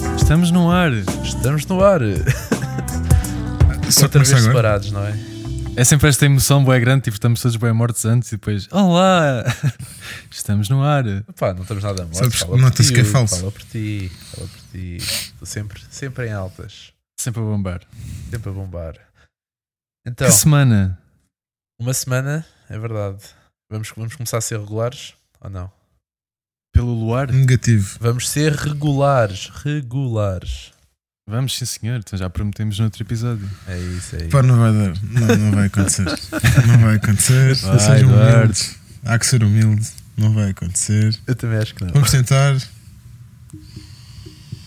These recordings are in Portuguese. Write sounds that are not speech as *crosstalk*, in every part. no ar. Estamos no ar. Só Outra vez começa agora. separados, não é? É sempre esta emoção boa grande, tipo, estamos todos bem mortos antes e depois, olá, *laughs* estamos no ar. Pá, não estamos nada mortos. Sabes, Fala por nota-se ti, que é Hugo, falso. Fala por ti, fala por ti. Estou sempre, sempre em altas, Sempre a bombar. sempre a bombar. Então, que semana? uma semana, é verdade. Vamos, vamos começar a ser regulares ou não? Pelo luar? Negativo. Vamos ser regulares, regulares. Vamos, sim senhor, então já prometemos noutro episódio. É isso aí. Pá, não vai dar. Não, não vai acontecer. Não vai acontecer. Vai, Sejam Eduardo. humildes. Há que ser humilde. Não vai acontecer. Eu também acho que não. Vamos tentar.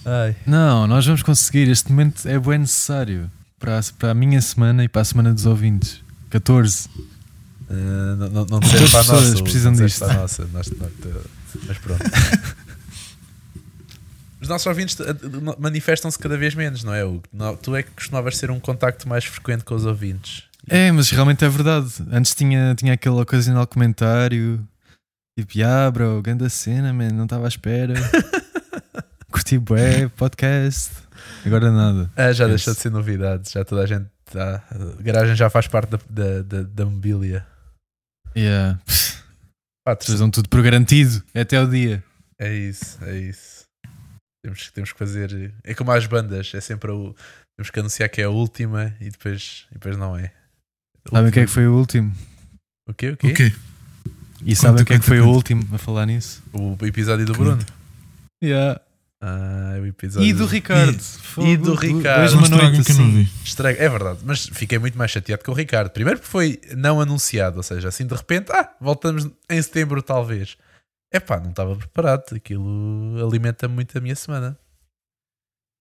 Ai. Não, nós vamos conseguir, este momento é bem necessário para a, para a minha semana e para a semana dos ouvintes. 14. Ah, não, não, não Todas disseste as para a pessoas nossa, precisam não disseste disto. para a nossa, nós- nós- mas pronto. *laughs* Os nossos ouvintes eh, manifestam-se cada vez menos, não é? Hugo? Não, Tu é que costumavas ser um contacto mais frequente com os ouvintes. É, mas realmente é verdade. Antes tinha, tinha aquele ocasional comentário tipo, ah, bro, grande cena, man, não estava à espera. Curti bué, podcast. Agora nada. *laughs* Ah, já Esse. deixou de ser novidade, já toda a gente está. A garagem já faz parte da, da, da, da mobília. Yeah. Pá, tu- Vocês dão tudo por garantido, é até o dia. É isso, é isso. Temos, que- temos que fazer. É como às bandas, é sempre o. Temos que anunciar que é a última e depois, e depois não é. Sabem o que é que foi o último? O quê? O O quê? quê? E sabem o que é que conta, foi o conta. último a falar nisso? O episódio do Bruno. Yeah. Ah, é o episódio. E do Ricardo. E do Ricardo. Dois Mas Não uma estraguem noite que eu não assim. vi. Estraga, é verdade, mas fiquei muito mais chateado com o Ricardo. Primeiro porque foi não anunciado, ou seja, assim de repente, ah, voltamos em setembro talvez. Epá, não estava preparado, aquilo alimenta muito a minha semana.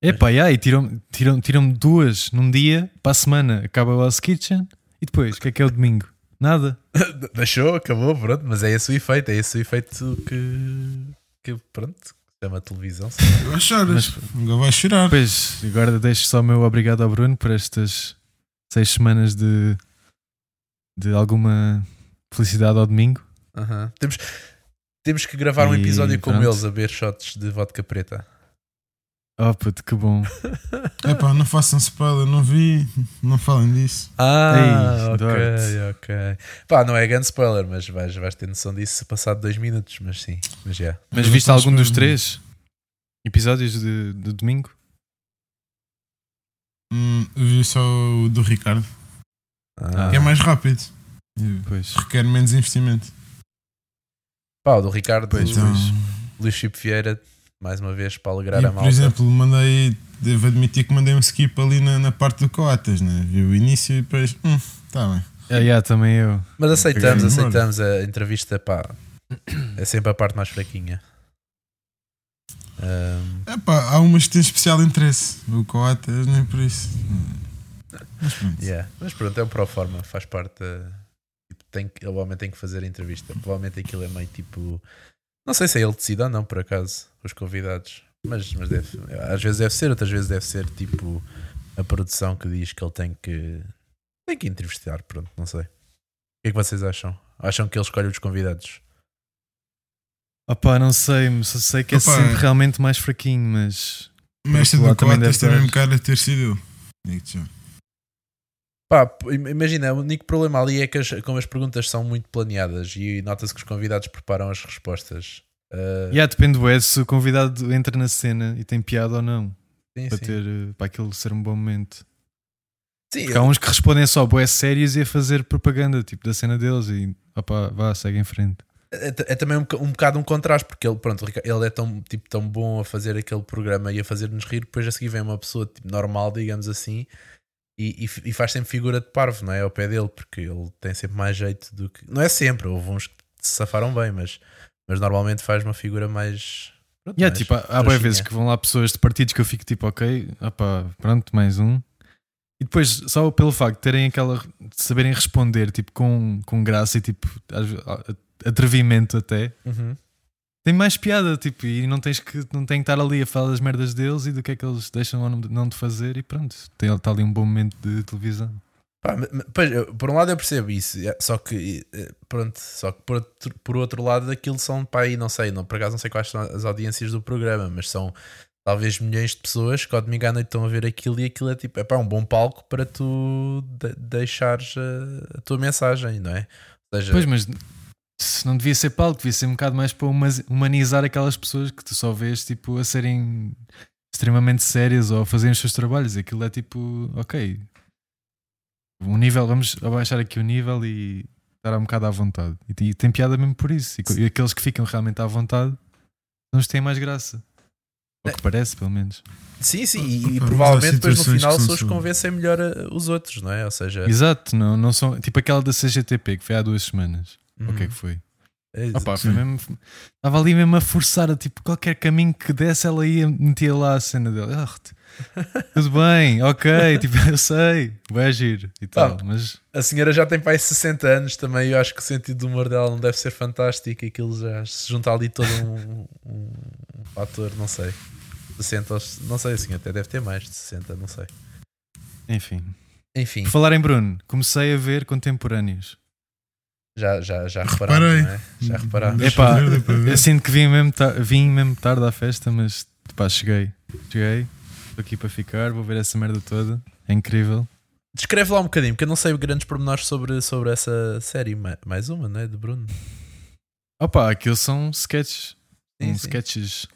Epá, yeah, e tiram-me tiram, tiram duas num dia, para a semana acaba o House Kitchen e depois, o que é que é o domingo? Nada. *laughs* Deixou, acabou, pronto, mas é esse o efeito, é esse o efeito que, que pronto, chama a televisão. sei lá. Vai choras. Agora vais chorar. Pois, agora deixo só o meu obrigado ao Bruno por estas seis semanas de, de alguma felicidade ao domingo. Aham. Temos, temos que gravar um E episódio como pronto. eles a beber shots de *laughs* vodka preta. Oh puto, que bom. Epá, não façam spoiler, não vi. Não falem disso. Ah, Ei, ok, Duarte. ok. Pá, não é grande spoiler, mas vais, vais ter noção disso passado dois minutos, mas sim, mas já. Mas Eu viste não algum dos espero- três episódios de, de domingo? Hum, vi só o do Ricardo. Ah. Que é mais rápido. E Pois. Requer menos investimento. Pá, o do Ricardo, Pois, do Então, Luís Chipe Vieira, mais uma vez para alegrar a e, por malta. exemplo, mandei. Devo admitir que mandei um skip ali na, na parte do Coatas, né? Vi o início e depois. Hum, tá bem. Ah, yeah, também eu. Mas aceitamos, Obrigado. aceitamos a entrevista, pá. É sempre a parte mais fraquinha. Ahm, Epá, há umas que têm especial interesse. O Coatas, nem por isso. Mas pronto. yeah. Mas pronto, é um pro forma, faz parte. da- tipo, tem que, ele provavelmente tem que fazer a entrevista. Provavelmente aquilo é meio tipo. Não sei se é ele que decide ou não, por acaso, os convidados. Mas, mas deve, às vezes deve ser, outras vezes deve ser tipo a produção que diz que ele tem que. Tem que entrevistar, pronto, não sei. O que é que vocês acham? Acham que ele escolhe os convidados? Opá, não sei, mas só sei que é Opa. sempre realmente mais fraquinho, mas Mas esta Por outro do lado, também Coatas tem deve mesmo dar. cara de ter sido ele. Digo-te já. Pá, p- im- imagina, o único problema ali é que as, como as perguntas são muito planeadas e nota-se que os convidados preparam as respostas. Ah, yeah, depende bué se o convidado entra na cena e tem piada ou não, sim, para sim. ter eh, para aquilo ser um bom momento. Sim, Porque há uns que respondem só boé sérios e a fazer propaganda tipo da cena deles e opá, vá, segue em frente. é, é também um, boca- um bocado um contraste, porque ele, pronto, o Rica- ele é tão, tipo, tão bom a fazer aquele programa e a fazer-nos rir, depois a seguir vem uma pessoa tipo, normal, digamos assim, e, e f- e faz sempre figura de parvo, não é? Ao pé dele, porque ele tem sempre mais jeito do que. Não é sempre, houve uns que se safaram bem, mas, mas normalmente faz uma figura mais. pronto, Yeah, mais tipo, há, há bué trouxinha. vezes que vão lá pessoas de partidos que eu fico tipo, ok, opá, pronto, mais um. E depois, só pelo facto de terem aquela. de saberem responder tipo com, com graça e tipo às ve- a- atrevimento até, Uhum. tem mais piada, tipo, e não tens que não tem que estar ali a falar das merdas deles e do que é que eles deixam ou não, não de fazer e pronto, tem está ali um bom momento de televisão. Pá, mas- mas, pois, eu- por um lado eu percebo isso, é, só que eh, pronto, só que por outro, por outro lado aquilo são pá aí, não sei, não, por acaso não sei quais são as audiências do programa, mas são talvez milhões de pessoas que ao domingo à noite estão a ver aquilo e aquilo é tipo, é pá, um bom palco para tu de- deixares a, a tua mensagem, não é? Ou seja, Pois, mas se não devia ser palco, devia ser um bocado mais para humas- humanizar aquelas pessoas que tu só vês tipo, a serem extremamente sérias ou a fazerem os seus trabalhos. Aquilo é tipo, ok, um nível, vamos abaixar aqui o nível e estar um bocado à vontade. E, e tem piada mesmo por isso. E, co- e aqueles que ficam realmente à vontade não têm mais graça. Ou que parece, pelo menos. sim, sim, e, e Mas há provavelmente depois no situações final que são são os que só- convencem melhor a- os outros, não é? Ou seja, Exato, não, não são. Tipo aquela da CGTP que foi há duas semanas. uhum, O que é que foi? é- Opa, foi Sim. mesmo- Estava ali mesmo a forçar, a, tipo, qualquer caminho que desse, ela ia meter lá a cena dela. Ah, t- tudo bem, *laughs* ok, tipo, eu sei, vai agir e tal, Pá. mas A senhora já tem pai 60 anos também. Eu acho que o sentido do humor dela não deve ser fantástico. Aquilo já se junta ali todo um, um, um fator, não sei. 60, aos- não sei assim, até deve ter mais de 60, não sei. enfim. Enfim, Por falar em Bruno, comecei a ver contemporâneos. já, já, já repararam, Reparei. não é? Já repararam. Deixa Epá, ver, dá para Uhum. ver. Eu sinto que vim mesmo, ta- vim mesmo tarde à festa, mas pá, cheguei, cheguei, estou aqui para ficar, vou ver essa merda toda, é incrível. Descreve lá um bocadinho, porque eu não sei grandes pormenores sobre, sobre essa série. Ma- Mais uma, não é? De Bruno. Opa, aquilo são sketches, Sim, são sim. sketches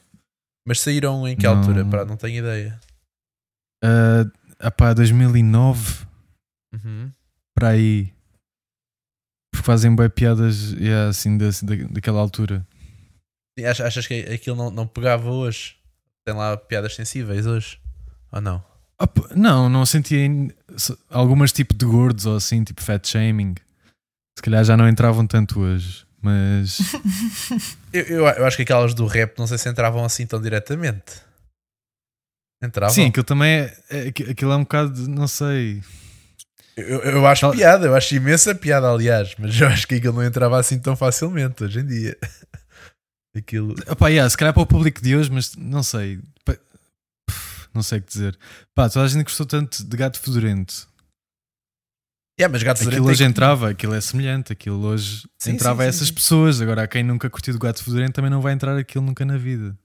Mas saíram em que Não. altura? Pá, não tenho ideia. ah epá, 2009. Uhum. para aí porque fazem bem piadas yeah, assim da, da- daquela altura. E ach- Achas que aquilo não, não pegava hoje? Tem lá piadas sensíveis hoje? Ou não? Ah, p- não, não sentia em- se- algumas tipo de gordos ou assim, tipo fat shaming. Se calhar já não entravam tanto hoje, mas Eu, eu, eu acho que aquelas do rap não sei se entravam assim tão diretamente. Entravam? sim, aquilo também é, é- aqui- aquilo é um bocado, de- não sei. Eu, eu acho Tal- piada, eu acho imensa piada, aliás, mas eu acho que aquilo não entrava assim tão facilmente hoje em dia. *laughs* Aquilo. Opa, Ah, yeah, se calhar para o público de hoje, mas não sei. Pa- Não sei o que dizer. Pá, toda a gente gostou tanto de gato fedorento. É, mas gato Aquilo Fedorento hoje tem- entrava, aquilo é semelhante, aquilo hoje Sim, entrava sim, a sim, essas sim. pessoas. Agora, há quem nunca curtiu de gato fedorento também não vai entrar aquilo nunca na vida.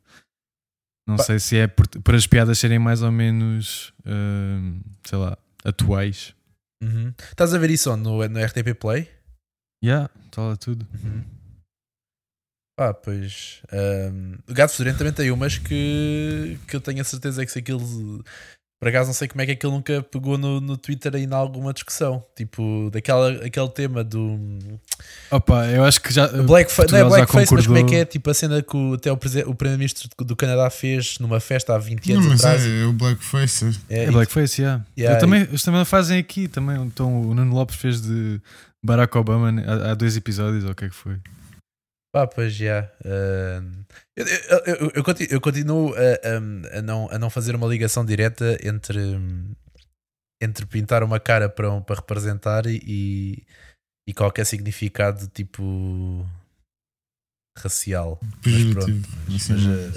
Não Pá. sei se é por, por as piadas serem mais ou menos, hum, sei lá, atuais. Uhum. Estás a ver isso onde? no, no RTP Play? Yeah, está lá tudo. Uhum. Ah, pois. ahm, o Gato Fedorento também tem umas que, que eu tenho a certeza que se aquilo. Por acaso não sei como é que aquilo nunca pegou no, no Twitter aí em alguma discussão. Tipo, daquela, aquele tema do. Opa, eu acho que já. Blackface, não é Eh, Portugal já blackface, mas como é que concordou. é? Tipo a cena que o, até o, prese- o primeiro-ministro do Canadá fez numa festa há 20 Não, anos mas atrás. é, é o Blackface. É, É blackface, yeah. Yeah, eu também, Eles também fazem aqui. Também, então, o Nuno Lopes fez de Barack Obama há, há dois episódios, ou o que é que foi? Pá, pois já. ahm, eu, eu- eu- eu conti- eu continuo a, a- a não, a não fazer uma ligação direta entre, hum, entre pintar uma cara para, um- para representar e, e qualquer significado tipo racial. Mas pronto, Pejorativo. mas, Assim, mas, não. eh,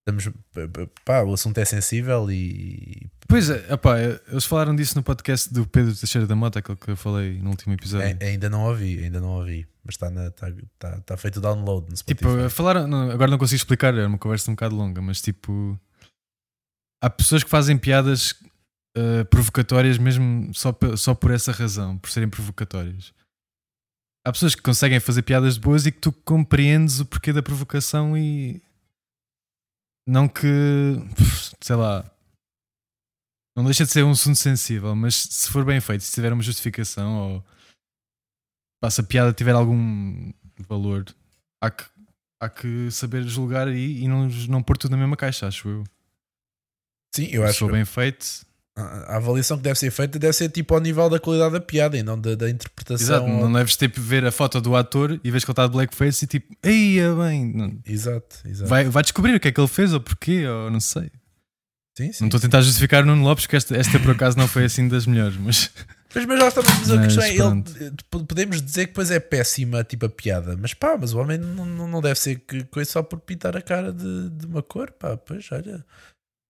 estamos, p- p- pá, o assunto é sensível e Pois é, opá, eles falaram disso no podcast do Pedro Teixeira da Mota, aquele que eu falei no último episódio. a- ainda não ouvi, ainda não ouvi. Mas está na- está- está- está feito o download no Spotify. Tipo, falaram. não, agora não consigo explicar, é uma conversa um bocado longa, mas tipo. Há pessoas que fazem piadas eh, provocatórias mesmo só, pe- só por essa razão, por serem provocatórias. Há pessoas que conseguem fazer piadas boas e que tu compreendes o porquê da provocação e. Não que. pff, Sei lá. Não deixa de ser um assunto sensível, mas se for bem feito, se tiver uma justificação ou. pá, Se a piada tiver algum valor, há que, há que saber julgar e, e não, não pôr tudo na mesma caixa, acho eu. Sim, eu Se acho for bem feito, a a avaliação que deve ser feita deve ser tipo ao nível da qualidade da piada e não da, da interpretação. exato, não deves tipo, ver a foto do ator e vês que ele está de blackface e tipo, ei, é bem, não- Exato, exato. vai, vai descobrir o que é que ele fez ou porquê, ou não sei. Sim, sim. Não estou a tentar justificar o Nuno Lopes, que esta, esta por acaso não foi assim das melhores, mas Pois, mas nós estamos a dizer a Mas questão é, pronto. ele, eh, podemos dizer que depois é péssima tipo a piada, mas pá, mas o homem não, não não deve ser que coisa só por pintar a cara de, de uma cor, pá, pois olha.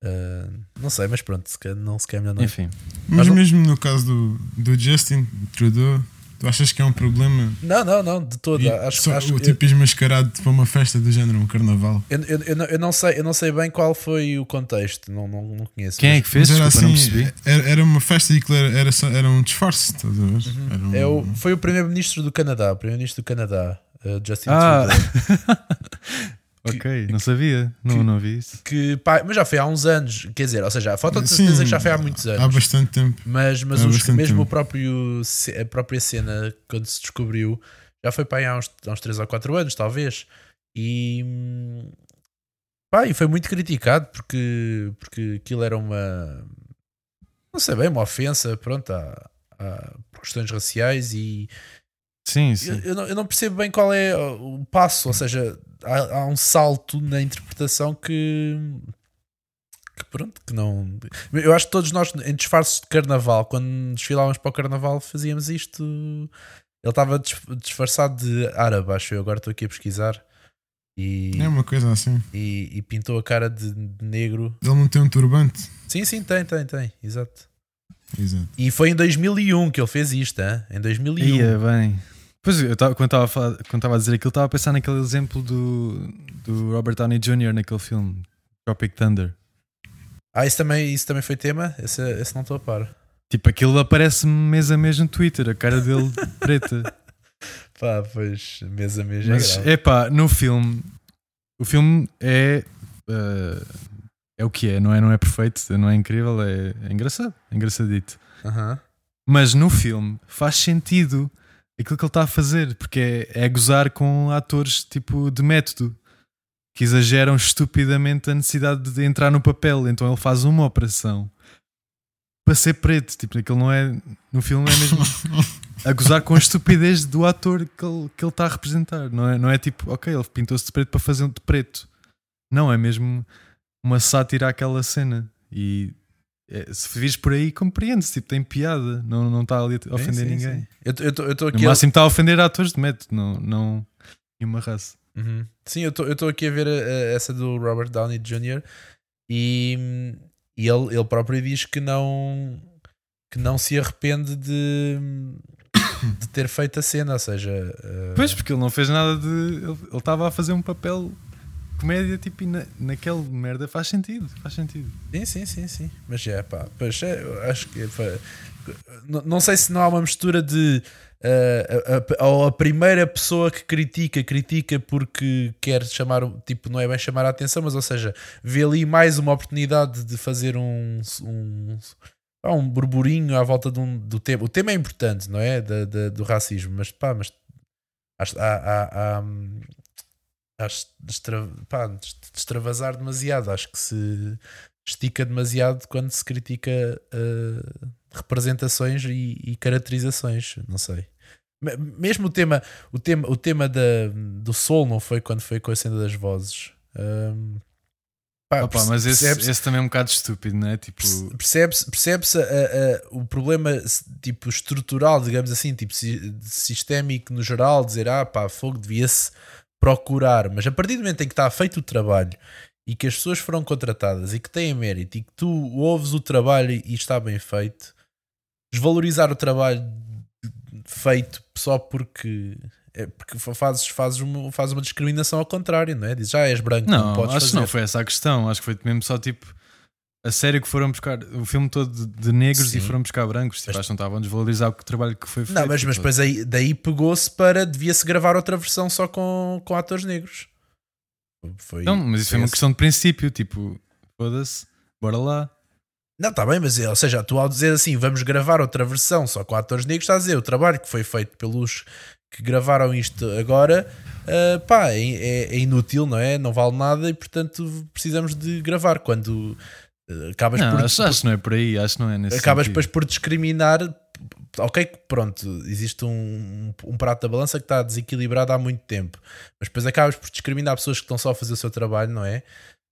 Ah, não é sei, mas pronto, se calhar, não se quer melhor não. enfim. Mas Mas- mesmo no caso do, do Justin Trudeau, Tu achas que é um problema? Não, não, não, de todo. E Acho, só acho o eu- tipo- tipismo mascarado para uma festa do género, um carnaval. eu, eu, eu não- eu não sei, eu não sei bem qual foi o contexto, não, não, não conheço. Quem é que fez? Mas era Desculpa, não assim, percebi. era, era uma festa e aquilo era, era, só- era um disfarce, estás a ver? Era um- É o, foi o primeiro-ministro do Canadá, o primeiro-ministro do Canadá, eh, Justin Ah! Trudeau. ok, não sabia. Não, não vi isso. Que, pá, mas já foi há uns anos, quer dizer, ou seja, a foto de Sim, certeza que já foi há muitos anos. Há bastante tempo. Mas, mas Há os- bastante mesmo o tempo. próprio, ce- a própria cena, quando se descobriu, já foi para aí há uns, há uns 3 ou 4 anos, talvez. E, hum, pá, e foi muito criticado porque, porque aquilo era uma. Não sei bem, uma ofensa, pronto, à- à- por questões raciais e. Sim, Eu, sim. eu não, eu não percebo bem qual é o passo, ou seja, há, há um salto na interpretação que. que pronto, que não. Eu acho que todos nós, em disfarces de carnaval, quando desfilávamos para o carnaval, fazíamos isto. Ele estava dis- disfarçado de árabe, acho eu. Agora estou aqui a pesquisar. E, É uma coisa assim. e, e pintou a cara de, de negro. Ele não tem um turbante. Sim, sim, tem, tem, tem, exato. Exato. E foi em 2001 que ele fez isto, hein? em 2001. Ia bem. Pois eu tava, quando estava a dizer aquilo, estava a pensar naquele exemplo do, do Robert Downey Jr. naquele filme Tropic Thunder. Ah, isso também, isso também foi tema? Esse, esse não estou a par. Tipo, aquilo aparece-me mês a mês no Twitter, a cara *laughs* dele preta. Pá, pois, mês a mês Mas é grave. é pá, no filme, o filme é. eh, é o que é, não é, não é perfeito, não é incrível, é, é engraçado, é engraçadito. Aham. Mas no filme faz sentido aquilo que ele está a fazer, porque é, é gozar com atores tipo de método que exageram estupidamente a necessidade de entrar no papel. Então ele faz uma operação para ser preto. Tipo, aquilo não é. No filme é mesmo a gozar com a estupidez do ator que ele está a representar. Não é, não é tipo, ok, ele pintou-se de preto para fazer um de preto. Não, é mesmo uma sátira àquela cena. E é, se vires por aí, compreende-se. Tipo, tem piada. Não está não tá ali a ofender Sim, sim, ninguém. sim. Eu tô- Eu tô- eu estou No aqui. a- máximo está a ofender atores de método, não, não nenhuma raça. Uhum. Sim, eu estou aqui a ver a- a- essa do Robert Downey Jr. e, e ele, ele próprio diz que não que não se arrepende de, de ter feito a cena, ou seja, eh, Pois, porque ele não fez nada de. Ele ele estava a fazer um papel comédia, tipo, e na, naquele merda faz sentido. Faz sentido. Sim, sim, sim, sim. Mas é pá, pois é, eu acho que pá, não, não sei se não há uma mistura de ah, a, a- ou a primeira pessoa que critica, critica porque quer chamar, o- tipo, não é bem chamar a atenção, mas ou seja, vê ali mais uma oportunidade de fazer um, um, pá, um burburinho à volta de um- do tema. O tema é importante, não é? Da- da- do racismo, mas pá, mas acho- há, há- há, hum, acho destra, pá, dest- destravasar demasiado. Acho que se estica demasiado quando se critica uh, representações e, e caracterizações. Não sei. Me- Mesmo o tema, o tema, o tema da, do Sol não foi quando foi com a cena das vozes. Hum, pá, Opa, perce- mas esse, percebes- esse também é um bocado estúpido, não é? Tipo. Perce- percebe-se percebe-se a- a- o problema s- tipo estrutural digamos assim tipo si- sistémico no geral dizer ah pá fogo devia-se procurar mas a partir do momento em que está feito o trabalho e que as pessoas foram contratadas e que têm mérito e que tu ouves o trabalho e está bem feito desvalorizar o trabalho feito só porque é porque fa- fazes, fazes, uma, fazes uma discriminação ao contrário, não é? Dizes, já ah, és branco, não, Não, acho podes que não fazer." foi essa a questão. Acho que foi mesmo só tipo. A sério que foram buscar o filme todo de- de negros e Sim. foram buscar brancos. Tipo, Mas- acho que não estavam a desvalorizar o que- trabalho que foi feito. Não, mas, tipo, mas depois aí, daí pegou-se para devia-se gravar outra versão só com, com atores negros. Foi, Não, mas isso foi uma esse- questão de princípio. Tipo, foda-se, bora lá. Não, está bem, mas ou seja, tu ao dizer assim, vamos gravar outra versão só com atores negros, estás a dizer, o trabalho que foi feito pelos que gravaram isto agora, ah, pá, é, é- é inútil, não é? Não vale nada e portanto precisamos de gravar quando ah, acabas não, por, acho, acho que não é por aí. Acho que não é nesse acabas sentido. depois por discriminar. Ok, que pronto, existe um, um prato da balança que está desequilibrado há muito tempo, mas depois acabas por discriminar pessoas que estão só a fazer o seu trabalho, não é?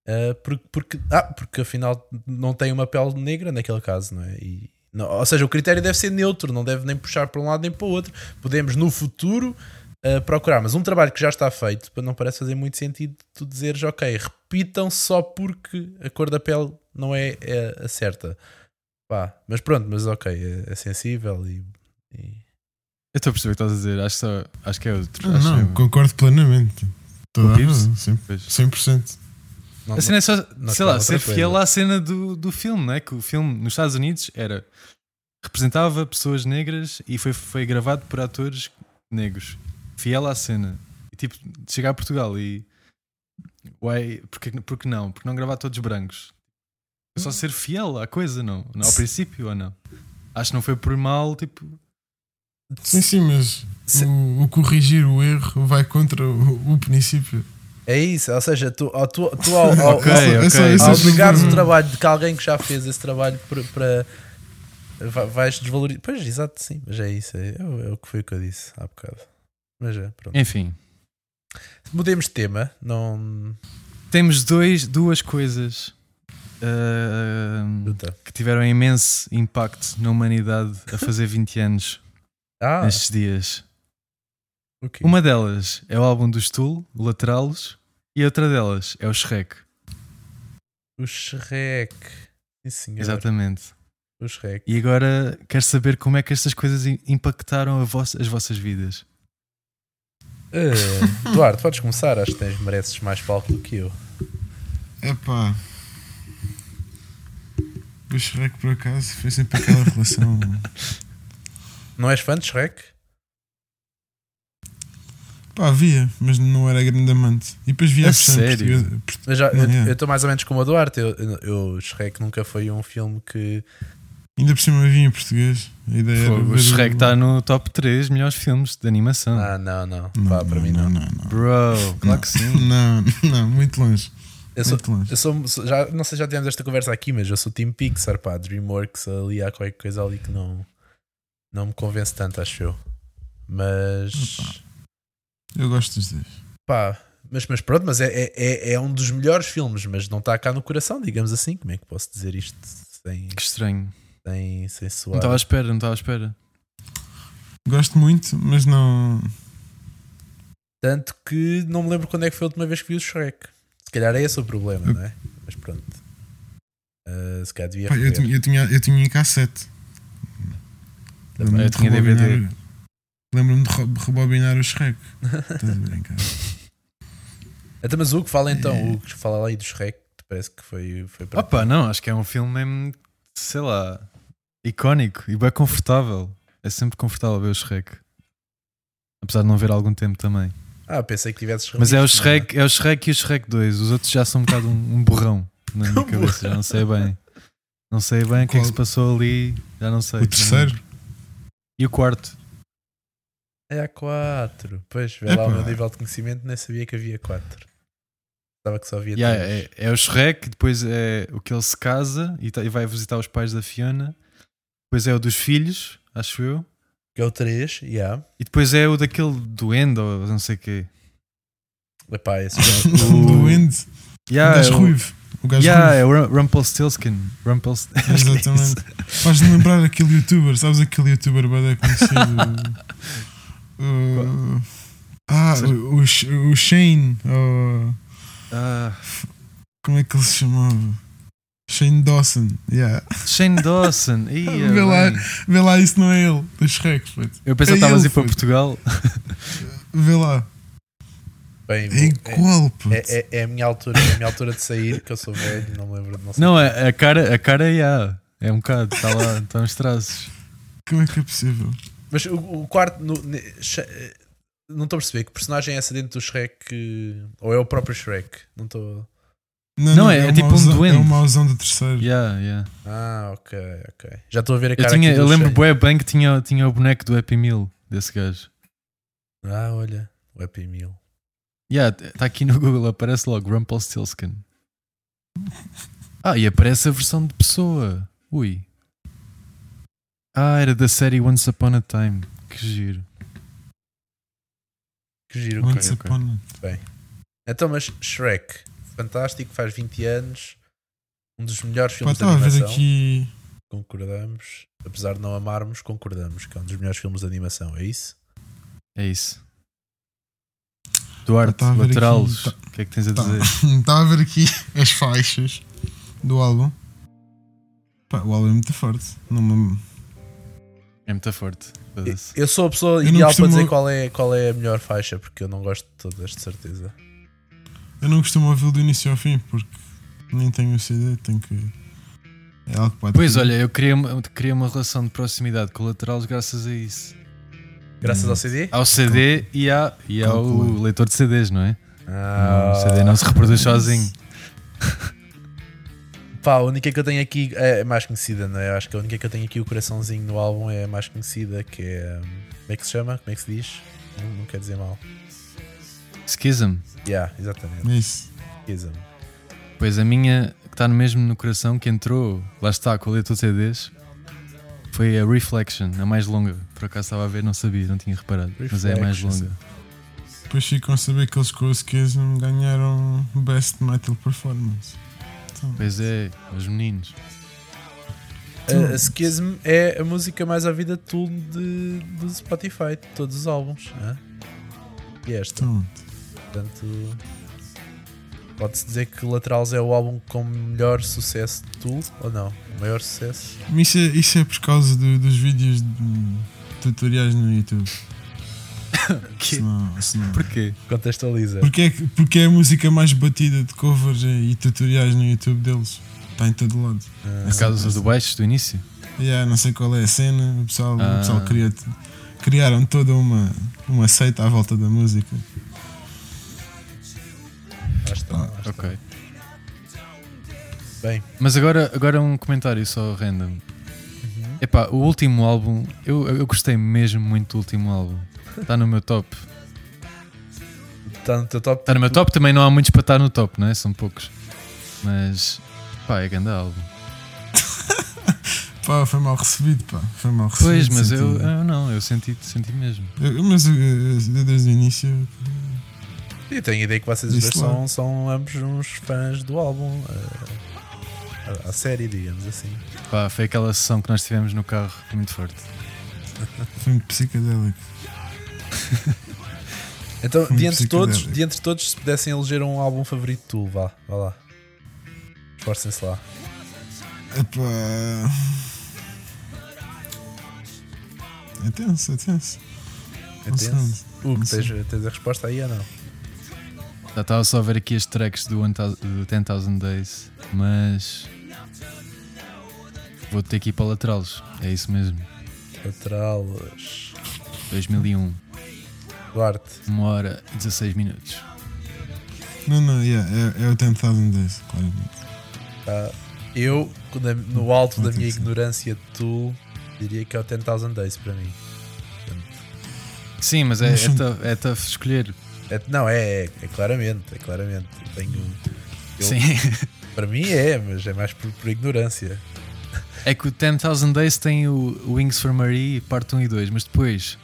Ah, porque, porque, ah, porque afinal não tem uma pele negra naquele caso, não é? E, não- ou seja, o critério deve ser neutro, não deve nem puxar para um lado nem para o outro. Podemos no futuro ah, procurar, mas um trabalho que já está feito, não parece fazer muito sentido tu dizeres, ok, repitam só porque a cor da pele não é, é a certa. Pá, mas pronto, mas ok, é, é sensível e, e- Eu estou a perceber o que estás a dizer. Acho, só, acho que é outro. Ah, acho não, eu. concordo plenamente. Toda Com a o Pips? razão, cem- Pois. 100%. Não- A cena é só, não sei lá, esperava ser outra fiel coisa. à cena do, do filme, não é? Que o filme nos Estados Unidos era. representava pessoas negras e foi, foi gravado por atores negros. Fiel à cena. E tipo, chegar a Portugal e. Uai, porque, porque não? Porque não gravar todos brancos? Foi só ser fiel à coisa, não? não ao princípio ou não? Acho que não foi por mal, tipo. Sim, sim, mas Se- o, o corrigir o erro vai contra o, o princípio. É isso, ou seja, tu, ao- tu, tu ao, ao, Ok, É só- é só ok. isso ao que eu obrigares o digo. trabalho de que alguém que já fez esse trabalho para- para. va- vais desvalorizar. Pois, exato, sim, mas é isso, é, é o- é o que foi que eu disse há bocado. Mas é, pronto. Enfim. Mudemos de tema, não. Temos dois, duas coisas. ah, Luta. que tiveram imenso impacto na humanidade a fazer 20 anos Ah, nestes dias. o quê? Uma delas é o álbum do Stool, o Lateralos, e outra delas é o Shrek. O Shrek. Sim, senhor. Exatamente. O Shrek. E agora quero saber como é que estas coisas i- impactaram a vos- as vossas vidas. Ah, Eduardo, podes começar, acho que tens, mereces mais palco do que eu. Epá. O Shrek, por acaso, foi sempre aquela *laughs* relação. Não és fã de Shrek? Pá, via, mas não era grande amante. E depois via A a versão sério? portuguesa. Port- Mas já, Não, é. eu estou mais ou menos como o Duarte. Eu, eu, Shrek nunca foi um filme que. Ainda por cima vinha em português. A É, ideia era Fogo, ver o Shrek tá- está no top 3 melhores filmes de animação. Ah, não, não. Não, Pá, para mim não. Não, não. Bro, claro que sim. Não, *laughs* não, muito longe. *laughs* Eu sou, muito longe. eu sou- sou- já, não sei se já tivemos esta conversa aqui, mas eu sou Team Pixar, pá. Dreamworks, ali há qualquer coisa ali que não, não me convence tanto, acho eu. Mas. Eu gosto dos dois. Pá. Mas, mas pronto, mas é, é- é, é um dos melhores filmes, mas não está cá no coração, digamos assim. Como é que posso dizer isto sem, Que estranho. sem, sem soar? Não estava à espera, não estava à *laughs* espera. Gosto muito, mas não. Tanto que não me lembro quando é que foi a última vez que vi o Shrek. Se calhar é esse o problema, não é? Mas pronto. Ah, se calhar É devia Pá, eu, rever. tinha, eu, tinha, eu tinha em cassete. Lembro-me eu de tinha DVD. rebobinar- Lembro-me de re- rebobinar o Shrek. Estás *laughs* a brincar? *laughs* Até mas Hugo, É. fala então, Hugo, fala lá aí do Shrek, que parece que foi, foi para. Opa, não, acho que é um filme mesmo, sei lá, icónico e bem confortável. É sempre confortável ver o Shrek. Apesar de não ver há algum tempo também. Ah, pensei que tivesses Mas é o revisto, Shrek, é o Shrek e o Shrek 2. Os outros já são um bocado um, um borrão na minha cabeça. Já não sei bem. Não sei bem o que é que se Qual? passou ali. Já não sei. O terceiro? E o quarto. não É É a 4. Pois, vê lá o Epá. meu nível de conhecimento, nem sabia que havia 4. Estava que só havia Yeah, 3. é, é o Shrek, depois é o que ele se casa e, tá- e vai visitar os pais da Fiona. Depois é o dos filhos, acho eu. Que é o 3, yeah. E depois é o daquele duende ou não sei o quê. Epá, esse *laughs* O Duende. O Yeah, gajo é o- ruivo. O gajo Yeah, ruivo. é o Rum- Rumpelstiltskin. *laughs* Rumpelst... Exatamente. Faz-me lembrar aquele youtuber, sabes aquele youtuber *laughs* bada conhecido? O- ah, o, o Sh- o Shane, ou- Ah, como é que ele se chamava? Shane Dawson, yeah. Shane Dawson. Ia, Vê lá. bem. Vê lá, isso não é ele, do Shrek, puto. Eu pensava É que estavas a ele, ir para puto. Portugal. Vê lá, bem, é bom. igual, puto. é, é, é, é a minha altura, é a minha altura de sair, que eu sou velho, não me lembro de não sei. Não, é, a, a cara, a cara yeah, é um bocado. Está lá, estão os traços. Como é que é possível? Mas o, o quarto. no- ne- Sh- eh, não estou a perceber que personagem é essa dentro do Shrek que- ou é o próprio Shrek? Não estou. Não, é- é o tipo um mauzão- duende. É o mauzão do terceiro. Yeah, yeah. Ah, ok, ok. Já estou a ver a Eu, cara tinha, aqui eu do lembro Shane. bué bem que tinha, tinha o boneco do Happy Meal desse gajo. Ah, olha, o Happy Meal. Yeah, está tá aqui no Google, aparece logo Rumpelstiltskin. Ah, e aparece a versão de pessoa. Ui. Ah, era da série Once Upon a Time. Que giro. Que giro. Ok, Once ok. upon a- Então, mas Shrek, fantástico, faz 20 anos, um dos melhores Pá, filmes de estava a ver animação. aqui. *laughs* Concordamos, apesar de não amarmos, concordamos que é um dos melhores filmes de animação, é isso? É isso. Duarte, Tá a ver aqui, lateral. tá- O que é que tens a Tá. dizer? Estava a ver aqui *laughs* as faixas do álbum. Pá, o álbum é muito forte. Não me- É muito forte. foda-se. Eu sou a pessoa Eu não ideal para costumo- dizer qual é, qual é a melhor faixa, porque eu não gosto de todas, de certeza. Eu não costumo ouvi-lo do início ao fim porque nem tenho o CD, tenho que. É algo que pode. Pois olha, eu criei uma, criei uma relação de proximidade com o Lateral graças a isso. Graças Uhum. ao CD. Ao CD e, à, e ao Calcula. leitor de CDs, não é? Ah, O CD não se reproduz sozinho. Pá, a única que eu tenho aqui é a mais conhecida, não é? Eu Acho que a única que eu tenho aqui, o coraçãozinho no álbum, é a mais conhecida, que é. hum, Como é que se chama? Como é que se diz? Não, não quer dizer mal. Schism. Yeah, exatamente. Isso. Ism. Pois a minha, que está mesmo no coração, que entrou, lá está, com o leitor de CDs, foi a Reflection, a mais longa. Por acaso estava a ver, não sabia, não tinha reparado. Mas é a mais Reflections. longa. Depois ficam a saber que eles com o Schism ganharam Best Metal Performance. Então, Pois é, os meninos. A, a Schism é a música mais ouvida de Tool de, do Spotify, de todos os álbuns. hã? E esta, então, portanto. Pode-se dizer que Laterals é o álbum com melhor sucesso de Tool, ou não? O maior sucesso? mas isso, é, isso é por causa do- dos vídeos de tutoriais no YouTube. Se não, se não. Porquê? *laughs* Contextualiza. Porque, é, que- porque é a música mais batida de covers e tutoriais no YouTube deles. Está em todo lado. Ah, Por causa do baixo, do início? Yeah, não sei qual é a cena, o pessoal, Ah. o pessoal cria- criaram toda uma, uma seita à volta da música. lá está, lá está. Ok. Bem, Mas agora, agora um comentário só random. Epá, o último álbum, eu, eu gostei mesmo muito do último álbum. Está no meu top. está Tá no teu top Tá Está no meu top, também não há muitos para estar no top, não é? São poucos. Mas, pá, é grande álbum. Pá, foi mal recebido, pá. Foi mal recebido. Pois, mas senti- eu, ah. eu não, eu senti, senti mesmo. Eu- mas eu- eu- desde o início. Eu tenho a ideia que vocês Diz dois lá. são, são ambos uns fãs do álbum. eh, a, a série, digamos assim. Pá, foi aquela sessão que nós tivemos no carro, foi muito forte. Foi muito psicadélico. *laughs* Então, Hum, de entre, todos, psicodélico. de entre todos, se pudessem eleger um álbum favorito tu, vá, vá lá. Esforcem-se lá. Epá. É tenso, é tenso. É Não tenso. sei. Hugo, Não tens, tens a resposta aí ou não? Já estava só a ver aqui as tracks do 1000 do 10,000 Days, mas. Vou ter que ir para laterais, é isso mesmo. Laterais. 2001. Duarte. 1 hora e 16 minutos. Não, não, yeah, é, é o 10,000 Days, claramente. tá? eu, na- no alto da Muito minha interessante. ignorância de tu, diria que é o 10,000 Days para mim. Sim, mas é, Mas é, são- tough, é tough escolher. É- não, é, é, é claramente, é claramente. Eu Tenho, Eu- Sim. *laughs* para mim é, mas é mais por- por ignorância. É que o 10,000 Days tem o Wings for Marie, parte 1 e 2, mas depois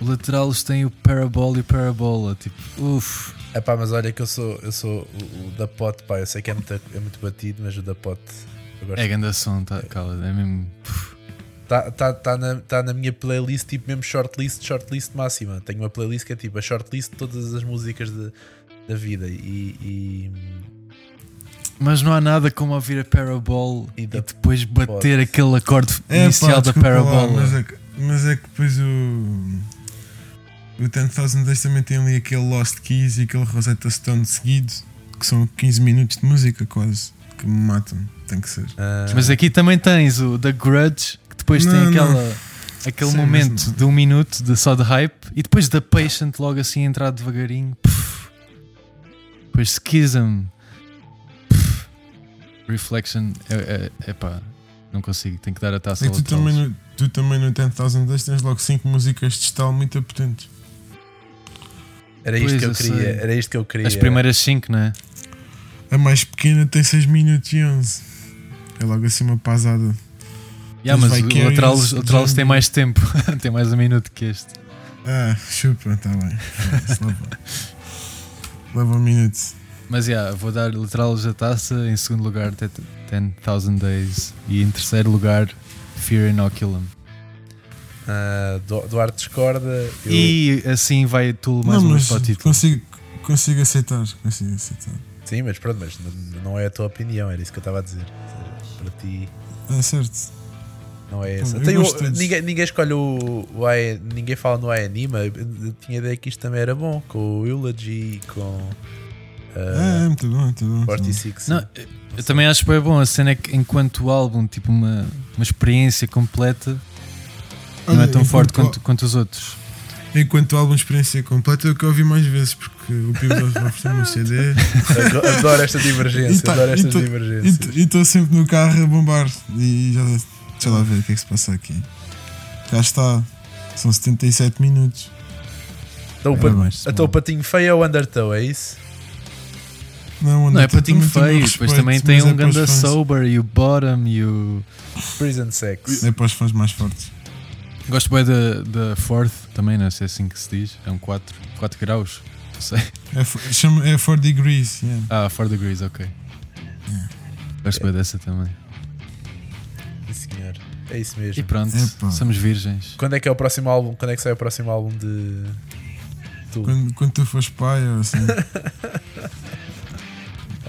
o Laterals tem o Parabol e o Parabola. Tipo, uff. É pá, mas olha que eu sou, eu sou o, o da pote, pá. Eu sei que é muito, é muito batido, mas o da pote. eu gosto. É grande som, tá, cala, é mesmo. Tá, tá, tá, na, tá na minha playlist, tipo mesmo shortlist, shortlist máxima. Tenho uma playlist que é tipo a shortlist de todas as músicas de- da vida. E. Mas não há nada como ouvir a Parabol E e, da- depois bater aquele acorde É, inicial da né? pá, desculpa lá, Parabola. mas, é que, mas é que depois o. O 10,000 Days também tem ali aquele Lost Keys e aquele Rosetta Stone seguido, que são 15 minutos de música quase, que me matam. Tem é que ser. ah, Mas aqui também tens o The Grudge, que depois tem Não, aquela, não. aquele Sim, mas momento não. de um minuto de, só de hype e depois da Patient logo assim a entrar devagarinho. Puf. Depois Schism. Puf. Reflection. É, é, epá, não consigo, tenho que dar a taça É ao que tu outro. também, no, tu também no 10,000 Days tens logo 5 músicas de style muito potentes. era isto pois, que eu eu queria. sei. Era isto que eu queria. As primeiras 5, não é? A mais pequena tem 6 minutos e 11. É logo assim uma pasada. Yeah, Os mas o Vicarious, Laterals, Laterals tem Zombie. mais tempo, *laughs* tem mais um minuto que este. Ah, chupa, tá *laughs* bem. Foda-se, leva. leva um minuto. Mas yeah, vou dar Laterals a taça, em segundo lugar 10,000 Days e em terceiro lugar Fear Inoculum. Ah, Du- Duarte discorda. Eu, E assim vai tudo mais não, um mas para o título. consigo, consigo aceitar. Consigo aceitar. Sim, mas pronto, mas n- não é a tua opinião. Era isso que eu estava a dizer. Ou seja, para ti. É certo. Não é essa. Eu Tem o- gosto de todos. ninguém, ninguém escolhe o, o AE ninguém fala no Aenima. Eu tinha ideia que isto também era bom, com o Eulogy, com É, ah, é, muito bom, muito bom. muito bom. 46. Não, eu- eu também acho que é bom. A cena é que, enquanto álbum, tipo, uma, uma experiência completa, não é Olha, tão forte enquanto- quanto, quanto os outros. Enquanto álbum de experiência completa, é o que eu ouvi mais vezes, porque o Pio *laughs* ofereceu me um CD Adoro- Adoro esta divergência, E Então, tá- adoro e estas tu- divergências. e estou sempre no carro a bombar. E já deixa lá ver o que é que se passa aqui. Cá está, são 77 minutos. Então, o É pat- mais, então o bom. patinho feio é o Undertow, é isso? Não, Não, é Undertale patinho também tem o meu feio. Depois respeito, também tem mas um é para os ganda fãs- sober e o bottom e o. Prison Sex. É para os fãs mais fortes. Gosto bem da, da fourth também, não sei se é assim que se diz. É um 4, 4 graus. Não sei. É, fo- chama- é 4 degrees. yeah. Ah, 4 degrees, ok. É. Gosto bem dessa também. Sim, senhor. É isso E mesmo. pronto, Epá. somos virgens. Quando é que é o próximo álbum? Quando é que sai o próximo álbum de. Tu? Quando, quando tu fores pai, ou assim.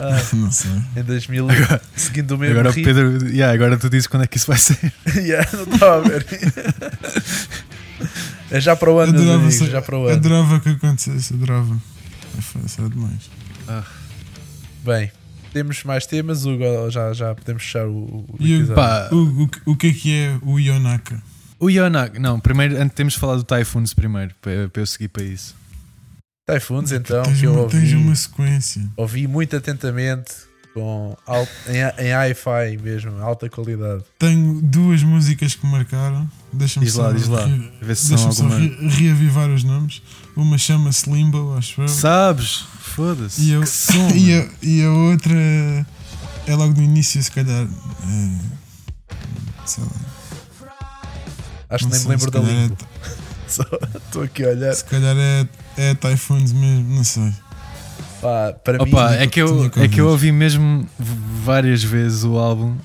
Ah, *laughs* não sei. em 2000. seguindo o mesmo Agora o ritmo. Pedro, yeah, agora tu dizes quando é que isso vai *laughs* ser. *laughs* Yeah, não estava a *laughs* ver. é já para o ano, meus Adorava amigos, ser- já para o ano. Adorava que acontecesse, adorava. É fácil, é demais. Bem, temos mais temas, Hugo, ou já, já podemos fechar o, o E o- episódio. Pá, O, o, o que é que é o Yonaka? o Yonak, não, primeiro antes temos de falar do Typhoons primeiro, para, para eu seguir para isso. Typhoons, então, tens, que eu uma, tens ouvi, uma sequência. ouvi muito atentamente, com al- em, em hi-fi mesmo, alta qualidade. Tenho duas músicas que me marcaram. Deixa-me Diz lá, só diz lá. re- A ver se são Deixa-me só alguma. re- reavivar os nomes. Uma chama-se Limbo, acho eu. Sabes? E, Foda-se. eu, Que som, *laughs* e, mano. a, e a outra é logo no início, se calhar. É, sei lá. Acho não que nem me sei, lembro se da calhar língua. *laughs* é- Só estou aqui a olhar. Se calhar é, é Typhoons mesmo, não sei. Pá, para Opa, mim, é que, eu, tinha que é que eu ouvir. ouvi mesmo v- várias vezes o álbum,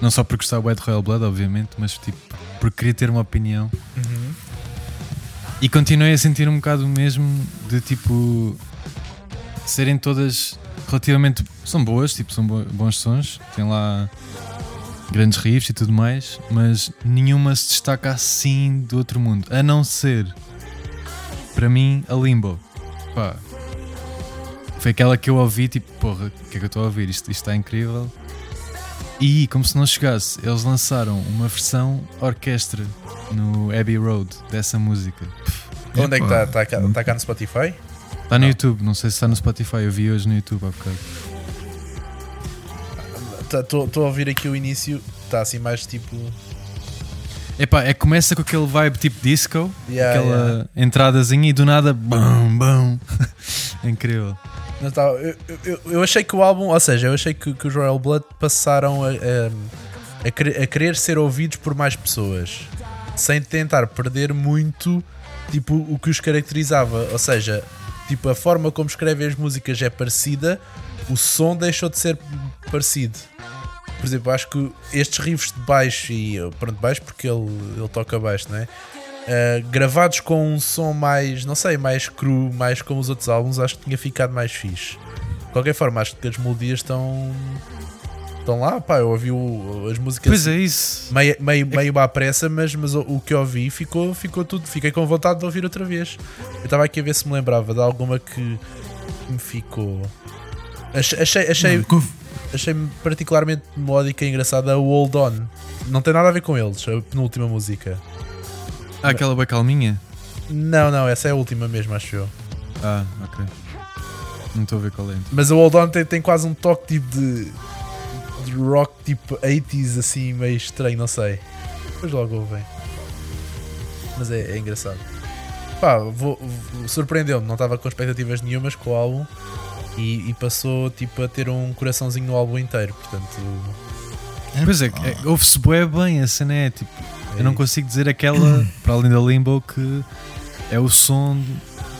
não só porque gostava bué de Royal Blood, obviamente, mas tipo, porque queria ter uma opinião. Uhum. E continuei a sentir um bocado o mesmo de tipo serem todas relativamente. São boas, tipo, são bo- bons sons, tem lá grandes riffs e tudo mais, mas nenhuma se destaca assim do outro mundo, a não ser para mim a Limbo. Pá. Foi aquela que eu ouvi, tipo, porra, o que é que eu estou a ouvir? Isto, isto está incrível. E como se não chegasse, eles lançaram uma versão orquestra no Abbey Road dessa música. Onde é que Epá, está? Está cá, tá cá no Spotify? Está no YouTube, não sei se está no Spotify, eu vi hoje no YouTube há bocado. Estou Tá, a ouvir aqui o início, está assim mais tipo. Epá, é que começa com aquele vibe tipo disco, Yeah, aquela yeah. entradazinha e do nada bam bam. *laughs* É Incrível. Não tá, eu, eu, eu achei que o álbum, ou seja, eu achei que, que os Royal Blood passaram a, a- a querer- a querer ser ouvidos por mais pessoas, sem tentar perder muito tipo, o que os caracterizava. Ou seja, tipo, a forma como escrevem as músicas é parecida, o som deixou de ser parecido. Por exemplo, acho que estes riffs de baixo e eh, pronto, baixo porque ele, ele toca baixo, não é? Uh, gravados com um som mais, não sei, mais cru, mais como os outros álbuns, acho que tinha ficado mais fixe. De qualquer forma, acho que as melodias estão. estão lá, pá, eu ouvi o- as músicas Pois é isso. meio, meio, meio à pressa, mas, mas o, o que eu vi ficou, ficou tudo. Fiquei com vontade de ouvir outra vez. Eu estava aqui a ver se me lembrava de alguma que me ficou. Achei, achei, achei, Não, conf- achei particularmente melódica e engraçada a Hold On. Não tem nada a ver com eles, a penúltima música. Há aquela bem calminha. Não, não, essa é a última mesmo, acho eu. Ah, ok. Não estou a ver qual é. Mas a Hold On tem, tem quase um toque tipo de, de rock tipo 80s, assim, meio estranho, não sei. Depois logo ouvem. Mas é, é engraçado. Pá, vou- vou- surpreendeu-me, não estava com expectativas nenhumas com o álbum e, e passou tipo a ter um coraçãozinho no álbum inteiro, portanto. Pois é, é ouve-se bué bem a cena é tipo, é eu não isso. consigo dizer *clears throat* aquela, para além da Limbo, que é o som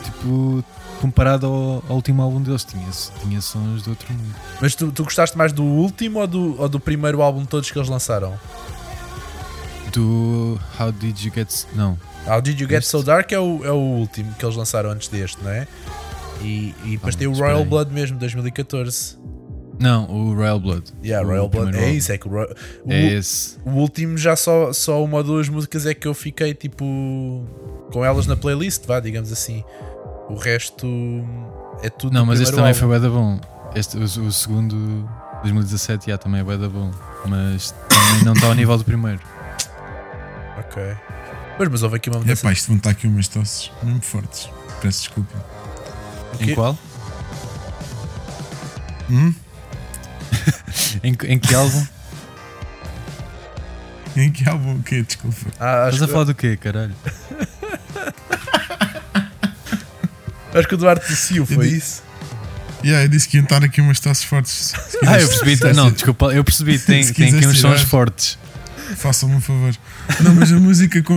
tipo comparado ao, ao último álbum deles, tinha, tinha sons de outro mundo. Mas tu, tu gostaste mais do último ou do, ou do primeiro álbum de todos que eles lançaram? Do How Did You Get. S- Não. Ah, o Did You Get Este. So Dark é o, é o último que eles lançaram antes deste, não é? E, e depois Ah, tem o espera Royal aí. Blood mesmo, 2014. Não, o Royal Blood. Yeah, O Royal Blood. primeiro É álbum. isso, é que o, Roy- o- É esse. o último já só, só uma ou duas músicas é que eu fiquei tipo com elas na playlist, vá, digamos assim. O resto é tudo. Não, do mas este primeiro também foi bué álbum. da bom. Este, o, o segundo, 2017, já também é bué da bom. Mas também não está ao nível do primeiro. Ok. Pois, mas houve aqui uma É mudança. pá, isto vão estar aqui umas tosses mesmo fortes. Peço desculpa. Ok. Em qual? Hum? Em, que- em que álbum? Em que álbum? O quê? Desculpa. Ah, acho, Estás a falar do quê, caralho? acho que o Duarte tossiu, foi isso? Yeah, eu disse que iam estar aqui umas tosses fortes. Se Ah, quiseres- eu percebi. *laughs* se tá- Não, quiseres- desculpa, eu percebi. Se Tem, tem aqui quiseres uns sons tirar. fortes. Façam-me um favor. Não, mas a música com.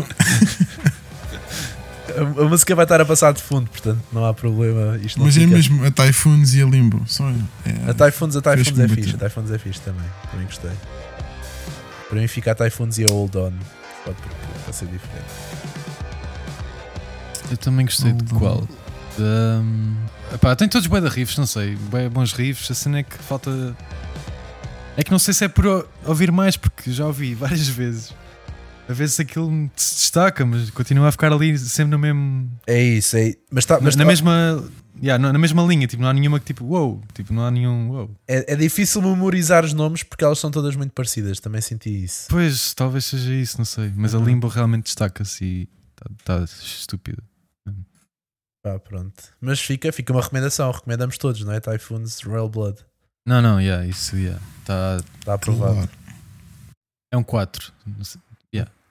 A, a música vai estar a passar de fundo, portanto não há problema. Isto não Mas é fica- mesmo a Typhoons e a Limbo. São, A é, Typhoons, a Typhoons Fez-me é bater. fixe, a Typhoons é fixe também. Também gostei. Para mim fica a Typhoons e a Hold On. Pode porque vai ser diferente. Eu também gostei de Não, qual? não. Da, hum, epá, tem todos bué de riffs, não sei. Bué bons riffs. A cena é que falta. É que não sei se é por o- ouvir mais, porque já ouvi *laughs* várias vezes. A vezes aquilo me se destaca, mas continua a ficar ali sempre no mesmo. É isso, é Mas, tá, na, mas na tá- mesma. yeah, na, na mesma linha, tipo, não há nenhuma que tipo, wow, tipo, não há nenhum wow. é, é difícil memorizar os nomes porque elas são todas muito parecidas. Também senti isso. Pois, talvez seja isso, não sei. Mas a Limbo realmente destaca-se e tá, está estúpida. Pá, pronto. Mas fica, fica uma recomendação. Recomendamos todos, não é? Typhoons, Royal Blood. Não, não, yeah, isso yeah, tá, Está aprovado. claro. é um 4.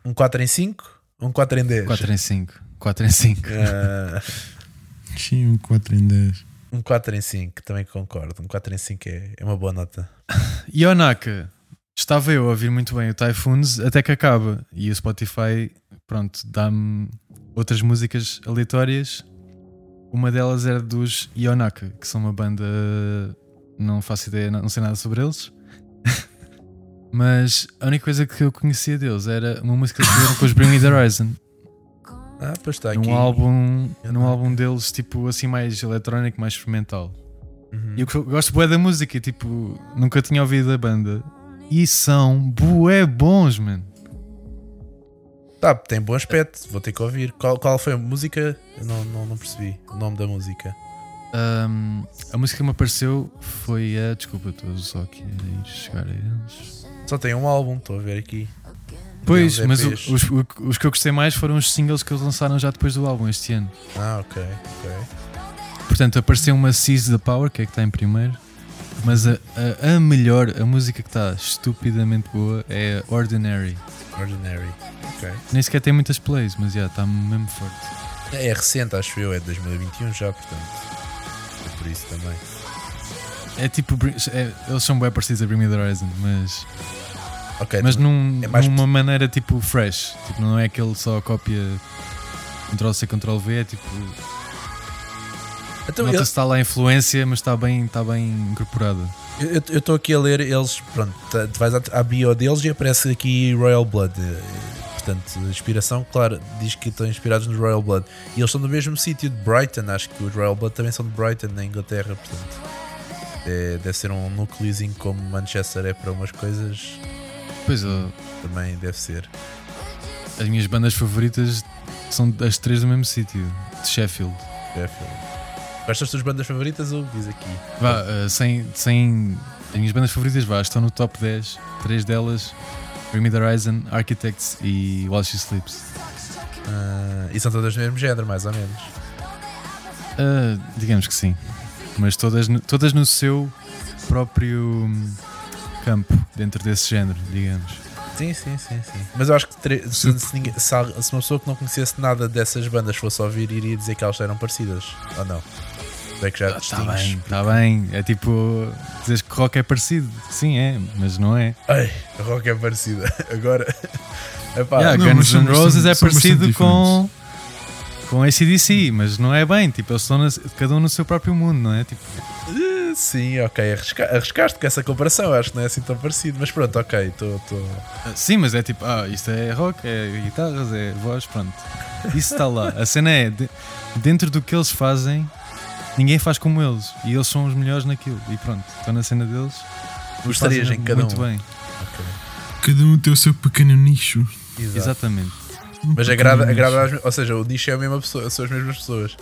Um 4 em 5, um 4 em 10. 4 em 5. 4 em *laughs* 5. Ah, Sim, um 4 em 10. um 4 em 5, também concordo. Um 4 em 5 é, é uma boa nota. E Onaka, estava eu a ouvir muito bem o Typhoons até que acaba. E o Spotify, pronto, dá-me outras músicas aleatórias. Uma delas era dos Ionaka, que são uma banda. Não faço ideia, não não sei nada sobre eles. *laughs* Mas a única coisa que eu conhecia deles era uma música que eles fizeram com os Bring Me the Horizon. Ah, pois está aqui. Num Um álbum, num Ionaka. álbum deles, tipo assim, mais eletrónico, mais experimental. Uhum. E eu gosto bué da música, tipo, nunca tinha ouvido a banda. E são bué bons, mano. Tá, tem bom aspecto, vou ter que ouvir. Qual, qual foi a música? Eu não, não, não percebi o nome da música. Ahm, a música que me apareceu foi a. Desculpa, estou só aqui a ir chegar a eles. Só tem um álbum, estou a ver aqui. Pois, Deles é mas o- peixe. os, o- os que eu gostei mais foram os singles que eles lançaram já depois do álbum este ano. Ah, ok, ok. Portanto, apareceu uma Seize the Power, que é que está em primeiro. Mas a, a, a melhor, a música que está estupidamente boa é a Ordinary. Ordinary. Ok. Nem sequer tem muitas plays, mas já está mesmo forte. É recente, acho eu, é de 2021 já, portanto. É por isso também. É tipo. Bri- é- eles são bem parecidos a Bring Me the Horizon, mas. Ok, mas num, é mais- numa maneira tipo fresh. Tipo, não é aquele só cópia Ctrl-C, Ctrl-V. É tipo. então, Nota-se que está lá a influência, mas está bem, está bem incorporada. eu estou aqui a ler eles, pronto, tá- tu vais à, à bio deles e aparece aqui Royal Blood. eh, Portanto, a inspiração, claro, diz que estão inspirados no Royal Blood. E eles são do mesmo sítio, de Brighton, acho que os Royal Blood também são de Brighton, na Inglaterra, portanto. é, deve ser um núcleozinho como Manchester é para umas coisas, Pois, ó, também deve ser. as minhas bandas favoritas são as três do mesmo sítio, de Sheffield. Sheffield. Quais são as tuas bandas favoritas, Hugo? Diz aqui. Vá, eh, sem, sem. As minhas bandas favoritas, vá, estão no top 10. Três delas: Bring Me the Horizon, Architects e While She Sleeps. Ah, e são todas do mesmo género, mais ou menos. Ah, digamos que sim. Mas todas, no- todas no seu próprio hum, campo, dentro desse género, digamos. Sim, sim, sim, sim. Mas eu acho que tre- se, se ninguém- se al- se uma pessoa que não conhecesse nada dessas bandas fosse ouvir, iria dizer que elas eram parecidas. Ou não? É que já Está distingues. bem, está bem. É tipo, dizes que rock é parecido. Sim, é, mas não é. Ai, a rock é parecida. *laughs* Agora. Epá, Yeah, Ah, não, mas Guns são N' Roses bastante- é são bastante parecido com. Com ACDC, mas não é bem, tipo, eles estão na- cada um no seu próprio mundo, não é? Tipo, eh, Sim, ok. Arrisca, arriscaste com essa comparação. Acho que não é assim tão parecido. Mas pronto, ok. Estou. ah, sim, mas é tipo, ah, isto é rock, é guitarras, é voz, pronto. Isso está lá. A cena é, de- dentro do que eles fazem, ninguém faz como eles. E eles são os melhores naquilo. E pronto, estão na cena deles. e Gostarias fazem em cada Muito um. bem. Ok. Cada um tem o seu pequeno nicho. Exato. Exatamente. Um Mas pequeno agrada, nicho. agrada às, ou seja, o nicho é a mesma pessoa, são as mesmas pessoas.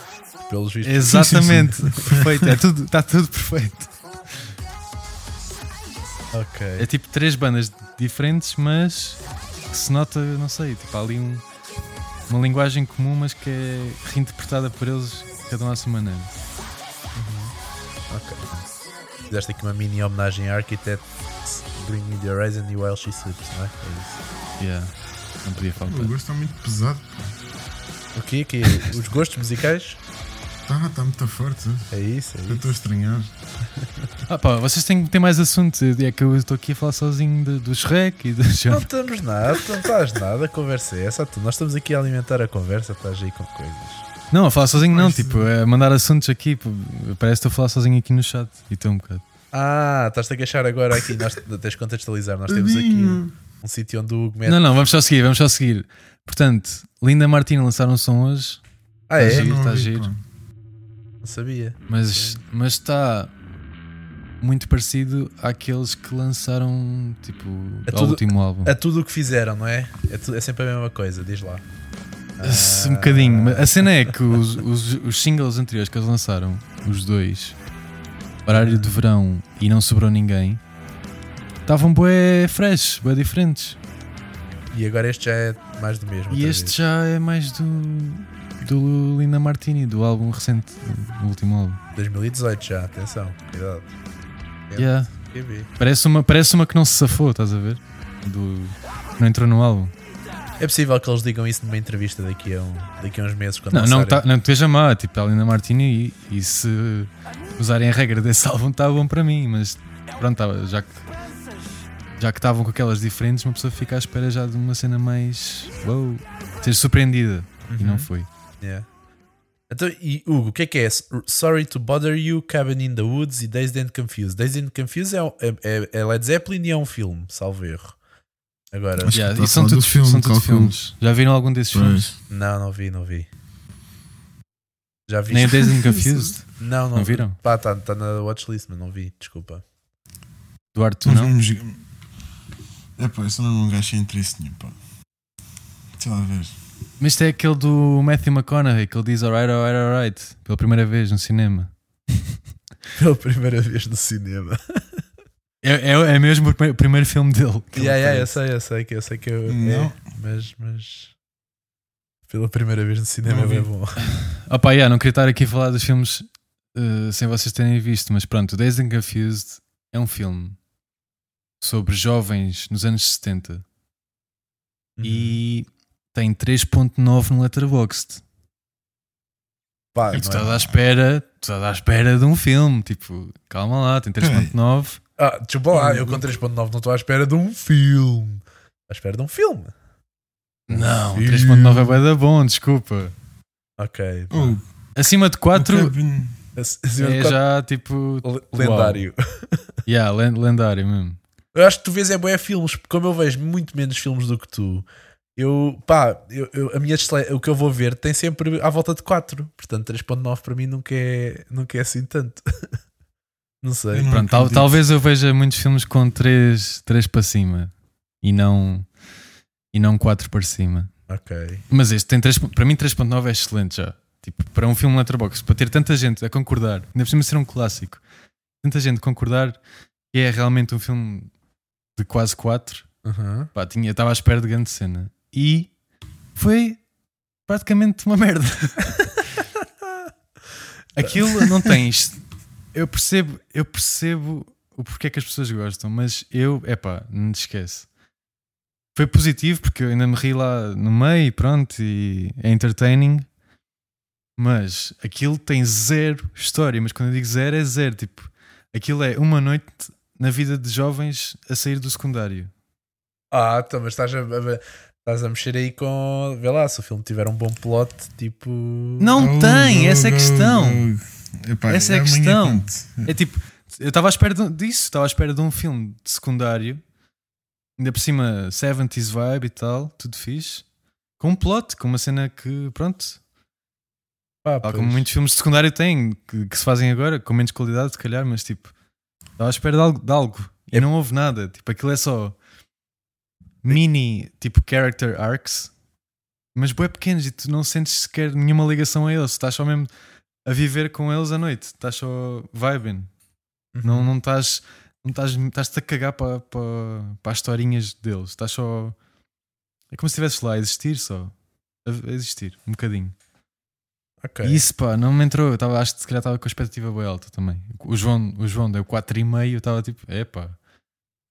Pelos vistos. *laughs* Exatamente. perfeito. É tudo, está tudo perfeito. Ok. É tipo três bandas diferentes, mas que se nota, não sei, tipo há ali um- uma linguagem comum, mas que é reinterpretada por eles cada um à sua maneira. Ok. Fizeste aqui uma mini homenagem a Architect, Bring Me the Horizon e While She Sleeps, não é? É Yeah. Não podia O meu faltar. gosto está muito pesado. isso. O quê? Que é? os gostos musicais? Está tá muito forte. É isso, é Eu estou a isso. estranhar. Ah, pá, vocês têm que ter mais assuntos. É que eu estou aqui a falar sozinho do, do Shrek e do *laughs* Não John. estamos nada, não estás nada, a conversa é essa. tu. Nós estamos aqui a alimentar a conversa, estás aí com coisas. Não, a falar sozinho não, Pois, tipo, a mandar assuntos aqui. pô, Parece que estou a falar sozinho aqui no chat. E estou um bocado. Ah, estás-te a queixar agora aqui, nós tens de contextualizar. Nós temos aqui um, um sítio onde o Hugo mete. Uhum. Não, não, vamos só seguir, vamos só seguir. Portanto, Linda Martina lançaram um som hoje, Ah, Tá é? giro, tá ouvi, giro. pá. Não sabia. mas, mas está muito parecido àqueles que lançaram, tipo, É ao tudo- último álbum. É tudo o que fizeram, não é? É, tu- é sempre a mesma coisa, diz lá. Ah. Se- Um bocadinho. mas A cena é que os, os, os singles anteriores que eles lançaram, os dois, Horário de Verão e Não Sobrou Ninguém, estavam bué fresh, bué diferentes. E agora este já é mais do mesmo. E outra este vez. já é mais do, do Linda Martini, do álbum recente, do último álbum. 2018 já, atenção, cuidado. É. Yeah. TV. Parece uma, parece uma que não se safou, estás a ver? Do, não entrou no álbum. É possível que eles digam isso numa entrevista daqui a, um- daqui a uns meses quando Não, não, lançarem. tá, não te veja má, tipo, a Linda Martini e, e se usarem a regra desse *laughs* álbum está bom para mim, mas pronto, tava- já que já que estavam com aquelas diferentes, uma pessoa fica à espera já de uma cena mais uou, ser surpreendida. Uhum. E tá- não foi. Yeah. Então, e Hugo, o que é que é? S- Sorry to Bother You, Cabin in the Woods e Dazed and Confused. Dazed and Confused é, um- é, é Led Zeppelin e é um filme, salvo erro. Agora, Acho- Yeah, que tá e a são falar do todos, filme, são todos qual filme? filmes. Já viram algum desses filmes? Pois. não, não vi, não vi. Já vi. Nem o Days and Confused? *laughs* Não, não, não vi. viram? Pá, tá, tá na watchlist, mas não vi, desculpa. *laughs* Duarte, tu Mas não? vamos- É pá, eu sou mesmo um gajo sem interesse nenhum, pá. Sei lá ver. Mas isto é aquele do Matthew McConaughey que ele diz alright, alright, alright, pela primeira vez no cinema. Pela primeira vez no cinema. *laughs* É, é, é mesmo o primeiro, primeiro filme dele. que ele Yeah, yeah, eu aparece. sei, eu sei que eu sei que eu. Não. É, mas, mas. Pela primeira vez no cinema Não é vi. bem bom. Opa, yeah, não queria estar aqui a falar dos filmes eh, sem vocês terem visto, mas pronto, o Dazed and Confused é um filme sobre jovens nos anos 70 Uhum. e tem 3.9 no Letterboxd. Pá, E tu tá não é- estás à espera, tu estás à espera de um filme, tipo, calma lá, tem 3.9. Ah, desculpa lá, eu com 3.9 não estou à espera de um filme. Estou à espera de um filme. Não, 3.9 é bué da bom, desculpa. Ok. pá. Oh, Acima de o *laughs* 4 Cabin- Esse- esse Hum. é quadro- já tipo, le- Lendário. yeah, len- lendário mesmo. Eu acho que tu vês é boé filmes, porque como eu vejo muito menos filmes do que tu, eu, pá, eu, eu- a minha disle- o que eu vou ver tem sempre à volta de 4. Portanto, 3.9 para mim nunca é, nunca é assim tanto. *laughs* não sei. Eu não Pronto, tal- acredito. talvez eu veja muitos filmes com 3, três para cima e não e não 4 para cima. Ok. Mas este tem 3, para mim 3.9 é excelente já. Tipo, para um filme Letterboxd, para ter tanta gente a concordar, ainda por cima ser um clássico. Tanta gente concordar que é realmente um filme de quase 4. Uhum. Pá, tinha, estava à espera de grande cena. E foi praticamente uma merda. *laughs* Aquilo não tens. Eu percebo, eu percebo o porquê que as pessoas gostam, mas eu, epá, não te esquece. Foi positivo porque eu ainda me ri lá no meio, pronto, e é entertaining. Mas aquilo tem zero história, mas quando eu digo zero é zero, tipo, aquilo é uma noite na vida de jovens a sair do secundário. Ah, então, mas estás a, a- estás a mexer aí com. Vê lá, se o filme tiver um bom plot, tipo. Não Oh, tem, oh, essa é a oh, questão. oh. Epá, Essa é a amanhã questão. conto. É tipo, eu estava à espera de- disso, estava à espera de um filme de secundário, ainda por cima 70s vibe e tal, tudo fixe, com um plot, com uma cena que, pronto, Pá, Tal pois. como muitos filmes de secundário têm, que, que se fazem agora, com menos qualidade, se calhar, mas tipo, estava à espera de algo, de algo e É- não houve nada. Tipo, aquilo é só mini, tipo, character arcs, mas bué pequenos e tu não sentes sequer nenhuma ligação a eles. Estás só mesmo a viver com eles à noite, estás só vibing. Uhum. Não, não estás. Não estás- estás-te a cagar para, para, para as historinhas deles. Estás só. É como se estivesses lá a existir só. A- a existir, um bocadinho. Ok. E Isso, pá, não me entrou. Eu tava, acho que se calhar estava com a expectativa bem alta também. O João, o João deu 4,5 eu estava tipo, é *laughs* pá.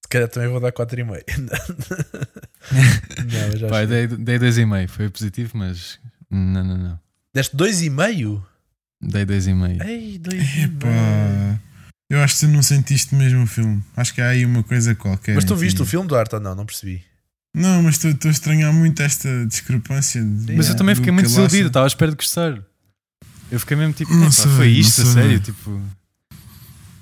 Se calhar também vou dar *laughs* 4,5. não, eu já Pá, achei. eu dei, dei 2,5. Foi positivo, mas. Não, não, não. Deste 2,5? Dei É, 2,5. Ei, Epá. Eu acho que tu não sentiste mesmo o filme. Acho que há aí uma coisa qualquer. Mas tu em viste ti. o filme, Duarte, ou não? Não percebi. Não, mas estou estou a estranhar muito esta discrepância. de- Mas eu também é, do fiquei muito que lá desiludido, se- estava à espera de gostar. Eu fiquei mesmo tipo, Não "Epá, sei, foi não isto, a sei. sério? Tipo,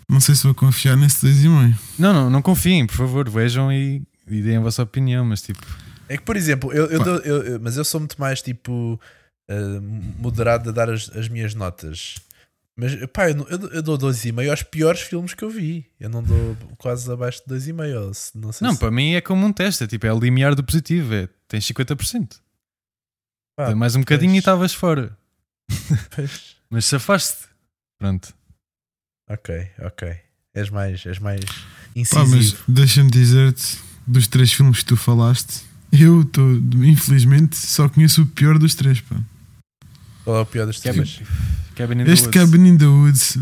Não sei se vou confiar nesse 2,5. não, não, não confiem, por favor, vejam e, e deem a vossa opinião, mas tipo, É que, por exemplo, eu, eu Pá. dou- eu- eu- mas eu sou muito mais tipo eh, moderado a dar as, as minhas notas. Mas pá, eu, não- eu, dou- eu dou 2,5 aos piores filmes que eu vi. Eu não dou quase abaixo de 2,5. ou se- Não sei não, se *laughs* para mim é como um teste, é tipo, é o limiar do positivo, é, tens 50%. Pá, Dá mais um bocadinho pois. e estavas fora, Pois. mas safaste. Pronto. Ok, ok. És mais, és mais Pá, mas incisivo. deixa-me dizer-te, dos três filmes que tu falaste, eu estou, infelizmente, só conheço o pior dos três. Pá. Qual é o pior dos Cabin, três? Cabin in the Este Woods. Cabin in the Woods,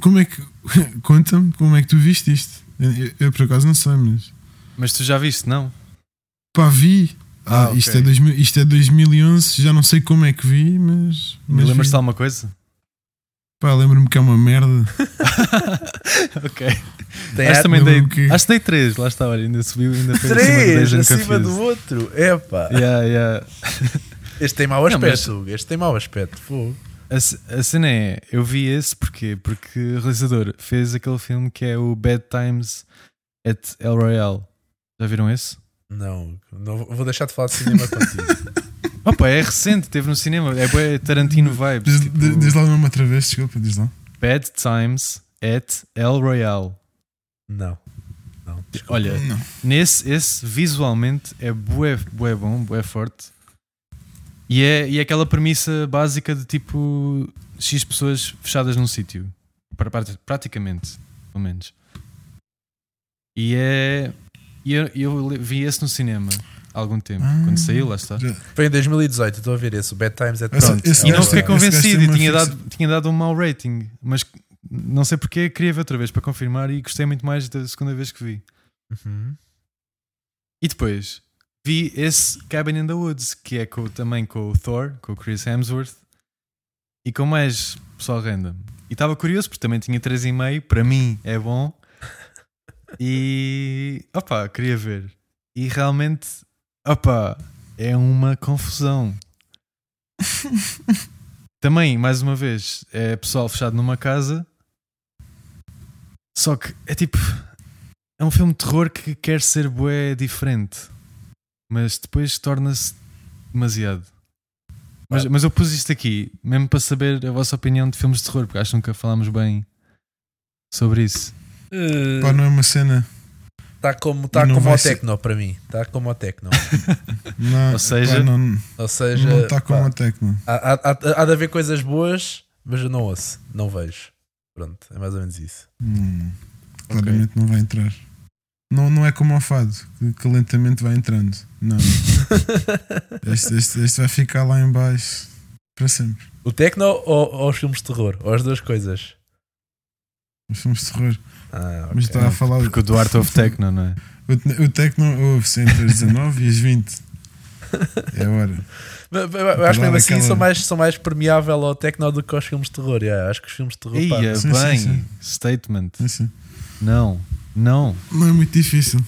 como é que. *laughs* Conta-me como é que tu viste isto. Eu, eu- eu, por acaso não sei, mas. Mas tu já viste, não? Pá, vi. Ah, Ah, isto, ok. é 2000 isto é 2011, já não sei como é que vi, mas. Me mas lembras vi. de alguma coisa? Pá, lembro-me que é *laughs* uma merda. ok. Tem acho, que a- também dei, lembro-me que- acho que dei 3, lá está, olha, ainda subiu, ainda foi três acima de 10 acima do outro. Epá, Yeah, yeah. este tem mau Não, aspecto. mas- Hugo. Este tem mau aspecto. Fogo. A, c- a cena é, eu vi esse porquê? Porque o realizador fez aquele filme que é o Bad Times at El Royale. Já viram esse? Não, não vou- vou deixar de falar de cinema *laughs* contigo. Opa, é recente, teve no cinema, é bué Tarantino vibes. Diz, tipo, diz- diz lá o nome outra vez, desculpa, diz lá. Bad Times at El Royale. Não. Não. desculpa. Olha, Não. Nesse, esse visualmente é bué, bué bom, bué forte. E é, e é aquela premissa básica de tipo X pessoas fechadas num sítio. Pra- pra- Praticamente, pelo menos. E é. E eu, eu le- vi esse no cinema há algum tempo. Ah. Quando saiu, lá está. Já- Foi em 2018, estou a ver esse. O Bad Times at Esse- Pronto, esse E é não o- fiquei Esse gajo convencido tem e uma tinha fixa- dado, tinha dado um mau rating. Mas não sei porque queria ver outra vez para confirmar e gostei muito mais da segunda vez que vi. Uhum. E depois vi esse Cabin in the Woods, que é com- também com o Thor, com o Chris Hemsworth e com mais pessoal random. E estava curioso porque também tinha 3,5, para mim é bom. E opa, queria ver. E realmente, opa, é uma confusão. Também, mais uma vez, é pessoal fechado numa casa. Só que é tipo. É um filme de terror que quer ser bué diferente. Mas depois torna-se demasiado. Mas, mas eu pus isto aqui, mesmo para saber a vossa opinião de filmes de terror, porque acho que nunca falámos bem sobre isso. Pá, não é uma cena. Está como, tá E não como vai ao ser- Tecno para mim. Está como ao Tecno. Não, Ou seja, pá, não Ou seja, não está pá, como a Tecno. há, há, há- há de haver coisas boas, mas eu não ouço, não vejo. Pronto, é mais ou menos isso. *laughs* Hum, claramente não vai entrar. Não, não é como ao fado, que, que lentamente vai entrando. *laughs* Não. Este, este- este vai ficar lá em baixo para sempre. O Tecno ou, ou os filmes de terror? Ou as duas coisas? Os filmes de terror. Ah, ok. Mas é estava a falar. Porque o Duarte ouve techno, não é? O, te- o Tecno ouve-se entre as 19 e *laughs* as 20. É a hora. Mas- mas- mas acho que é mesmo Claro, assim aquela- sou mais, sou mais permeável ao Tecno do que aos filmes de terror. yeah. acho que os filmes de terror. pá, Ia sim, é bem, sim, statement. É assim. Não, não. Não é muito difícil.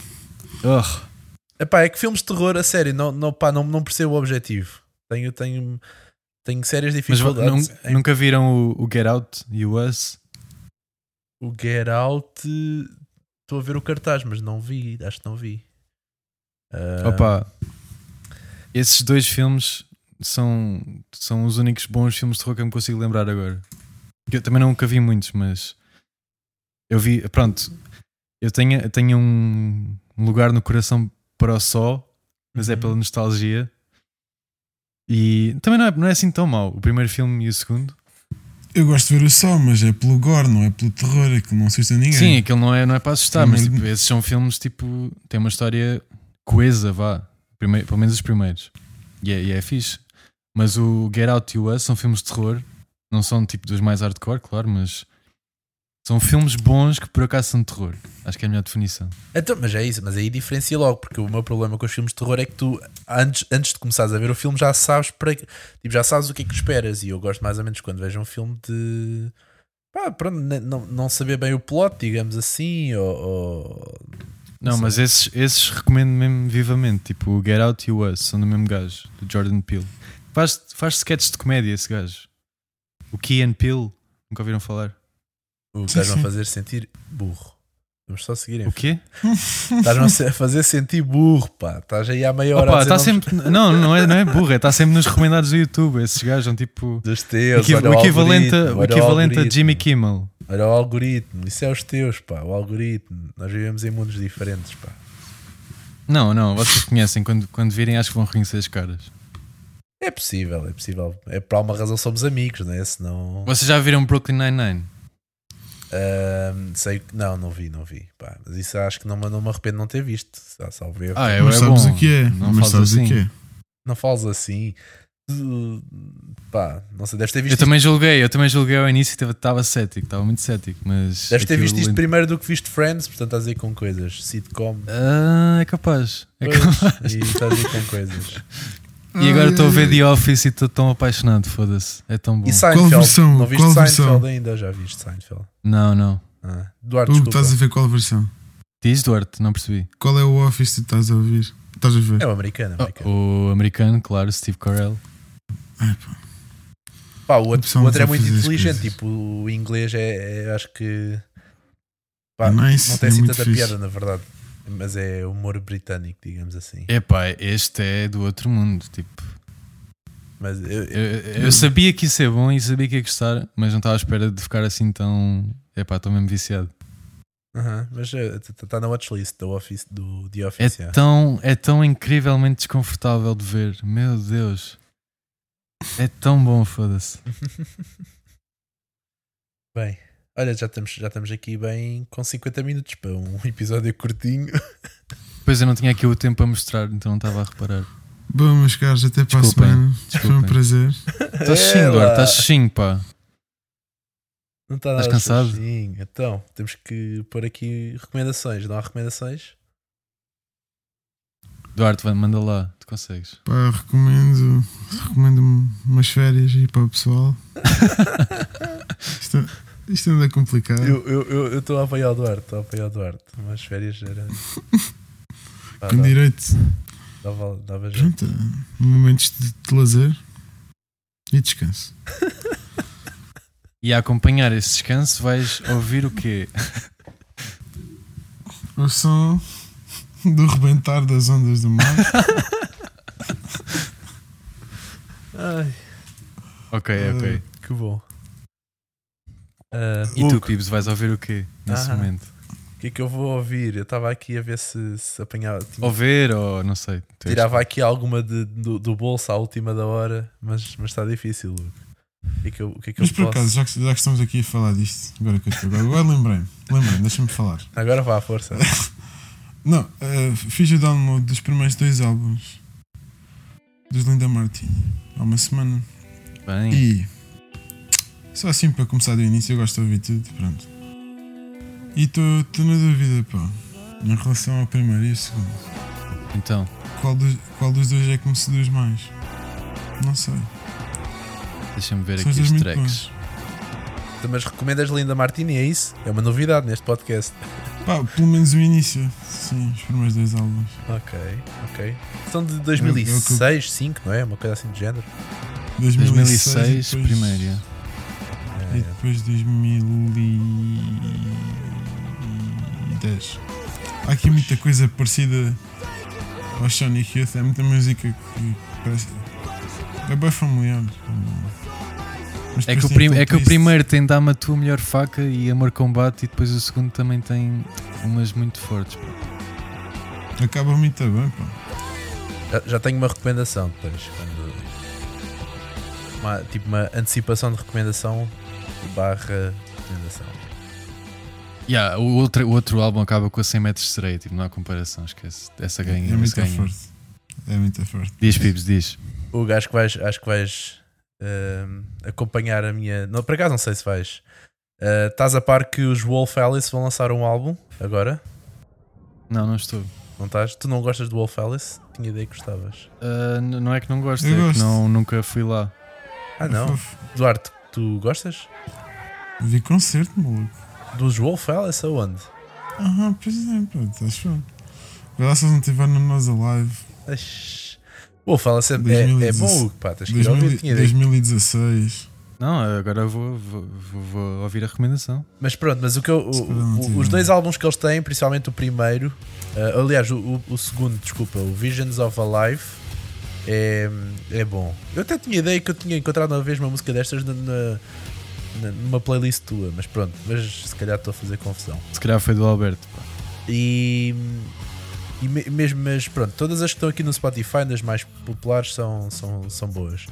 Ugh. Epá, é que filmes de terror, a sério, não, não, pá, não, não percebo o objetivo. Tenho, tenho, tenho sérias Mas vo- dificuldades. nun- em- nunca viram o, o Get Out e o Us? O Get Out, estou a ver o cartaz, mas não vi, acho que não vi. Ah, Opa, esses dois filmes são, são os únicos bons filmes de terror que eu me consigo lembrar agora. Eu também nunca vi muitos, mas eu vi, pronto, eu tenho, eu tenho um lugar no coração para o só, mas é Uhum. pela nostalgia. E também não é, não é assim tão mau. O primeiro filme e o segundo. Eu gosto de ver o sol, mas é pelo gore, não é pelo terror, aquilo não assusta ninguém. Sim, aquele não é, não é para assustar, Sim, mas mas- tipo, esses são filmes tipo. têm uma história coesa, vá. Primeiro, pelo menos os primeiros. E é, e é fixe. Mas o Get Out e o Us são filmes de terror. Não são tipo dos mais hardcore, claro, mas. São filmes bons que por acaso são de terror. Acho que é a melhor definição. Então, mas é isso, mas aí diferencia logo, porque o meu problema com os filmes de terror é que tu, antes, antes de começares a ver o filme, já sabes para que- tipo, já sabes o que é que esperas. E eu gosto mais ou menos quando vejo um filme de pá, pronto, ne- não, não saber bem o plot, digamos assim, ou, ou- Não, Sim. mas esses, esses recomendo mesmo vivamente. Tipo, o Get Out e o Us são do mesmo gajo, do Jordan Peele. Faz, faz sketches de comédia esse gajo. O Key and Peele, nunca ouviram falar. o que Sim, estás-me a sim. fazer sentir burro. Vamos só seguir em O quê? *laughs* Estás-me a se- a fazer sentir burro, pá. Estás aí à meia hora Opa, a dizer tá nomes sempre, não, não é, não é burra, está sempre nos recomendados do YouTube. Esses gajos são tipo. dos teus. equi- olha o equivalente, a- algoritmo, o olha equivalente a algoritmo, Jimmy Kimmel. Olha o algoritmo. Isso é os teus, pá. O algoritmo. Nós vivemos em mundos diferentes, pá. Não, não, vocês conhecem. Quando, quando virem, acho que vão reconhecer as caras. É possível, é possível. É por alguma razão somos amigos, né? Senão. Vocês já viram Brooklyn Nine-Nine? Ahm, sei que. Não, não vi, não vi. Pá, mas isso acho que não, me- não me arrependo de não ter visto. Só, só ver. Ah, é, mas é sabes bom. o que é. Não fazes mas sabes assim. o que é. Não fales assim. Tu- Pá, não sei, deves ter visto Eu isto. também julguei, eu também julguei ao início e estava cético, estava muito cético, mas. Deves ter aquilo visto isto ent- primeiro do que viste Friends, portanto estás aí com coisas. Sitcom. Ah, é capaz. É Pois, capaz. e estás aí com coisas. E agora Ai, estou a ai, ver ai. The Office e estou tão apaixonado, foda-se. É tão bom. E Seinfeld? versão? Não viste Qual Seinfeld versão? ainda? ou Já viste Seinfeld. Não, não. Ah, Eduardo, Hugo, desculpa. estás a ver qual versão? Diz Duarte, não percebi. Qual é o Office que estás a ouvir? Estás a ver? É o americano, Ah, americano. O americano, claro, Steve Carell. Ai, pá. Pá, o outro, Começamos o outro é a muito fazer as inteligente, coisas. tipo, o inglês é, é, acho que pá, É nice, não tem é assim muito tanta fixe. piada, na verdade. Mas é humor britânico, digamos assim. Epá, este é do outro mundo. Tipo, Mas eu- eu- eu, eu sabia que ia ser bom e sabia que ia gostar, mas não estava à espera de ficar assim tão. Epá, estou mesmo viciado. aham, mas eh, está tá na watchlist do Office, do The É Office. yeah. tão, é tão incrivelmente desconfortável de ver. Meu Deus. É tão bom, foda-se. *laughs* Bem, olha, já estamos, já estamos aqui bem com 50 minutos para um *laughs* episódio curtinho. Pois eu não tinha aqui o tempo a mostrar, então não estava a reparar. Bom, meus caros, até para a Desculpem, semana. Foi um desculpem. prazer. Estás xing, Ela! Duarte, estás xing, pá. Não está Estás nada cansado? sozinho. Então, temos que pôr aqui recomendações. Não há recomendações? Duarte, vai, manda lá, tu *laughs* consegues. Pá, recomendo, recomendo umas férias aí para o pessoal. Isto, isto anda complicado. Eu estou eu, eu, estou a apoiar o Duarte, estou a apoiar o Duarte. Mas férias era. Pá, Com dá- direito, dava, dava jeito. pronto, momentos de, de lazer e descanso. Hum? E a acompanhar esse descanso vais ouvir o quê? O som do rebentar das ondas do mar. *laughs* Ai, Ok, ok. que bom. Ah, E tu, Hugo, Pibes, vais ouvir o quê nesse Ah. momento? o que é que eu vou ouvir? Eu estava aqui a ver se, se apanhava. tinha- Ou ver, ou não sei. tu és- tirava aqui alguma de- do, do bolso à última da hora, mas mas está difícil, Hugo. O que é que eu, o que é que eu Mas por posso? acaso, já que, já que estamos aqui a falar disto, agora que eu estou. Agora lembrei-me, lembrei-me, deixa-me falar. Agora vá à força. Não, eh, fiz o download dos primeiros dois álbuns dos Linda Martin há uma semana. Bem, E só assim para começar do início, eu gosto de ouvir tudo, pronto. E estou na dúvida, pá, em relação ao primeiro e ao segundo. então. Qual dos, qual dos dois é que me seduz mais? Não sei. Deixa-me ver São os aqui os dois muito tracks. Tu, Então, Mas recomendas Linda Martini, é isso? É uma novidade neste podcast. Pá, pelo menos o início, sim, os primeiros dois álbuns. Ok, ok. São de 2006, 2005, não é? Uma coisa assim do género. 2006, e depois- primeiro. yeah. É, E é. depois 2010. Há aqui muita coisa parecida ao Sonic Youth. É muita música que parece. É bem familiar. Mas É depois que, o tem prim- aquele é que o twist. primeiro tem Dama Tua Melhor Faca e Amor Combate, e depois o segundo também tem umas muito fortes. pá. Acaba muito bem, pá. Já, já tenho uma recomendação depois. Quando... Uma, tipo uma antecipação de recomendação barra recomendação. Yeah, o, outro, o outro álbum acaba com a 100 metros de sereia, tipo, não há comparação, esquece. Essa É, ganha, essa muito ganha. forte. É muito forte. Diz, Pibes, diz. Hugo, acho que vais, acho que vais ehm, acompanhar a minha. Não, por acaso não sei se vais. Eh, estás a par que os Wolf Alice vão lançar um álbum agora? Não, não estou. Não estás? Tu não gostas do Wolf Alice? Tinha ideia que gostavas. Ah, n- não é que não gosto, Eu é gosto. que não, nunca fui lá. Ah *laughs* não. Fofo. Duarte, tu gostas? Vi concerto, maluco. Dos Wolf Alice aonde? Aham, pois é, pá, estás fã. Graças a não tiver no Nós Alive. Ixi. Wolf Alice é, é, é 2016. bom, Hugo, pá, tens que ir ouvir, 2000, tinha ideia. 2016. Não, agora vou, vou, vou- vou ouvir a recomendação. Mas pronto, mas o que eu- o- Se calhar não o- tive os dois nada. álbuns que eles têm, principalmente o primeiro, ah, aliás, o, o- o segundo, desculpa, o Visions of a Life, é, é bom. Eu até tinha ideia que eu tinha encontrado uma vez uma música destas na- na- na- numa playlist tua, mas pronto, mas se calhar estou a fazer confusão. Se calhar foi do Alberto. pá. E, e me- mesmo, mas pronto, todas as que estão aqui no Spotify, das mais populares, são, são, são boas.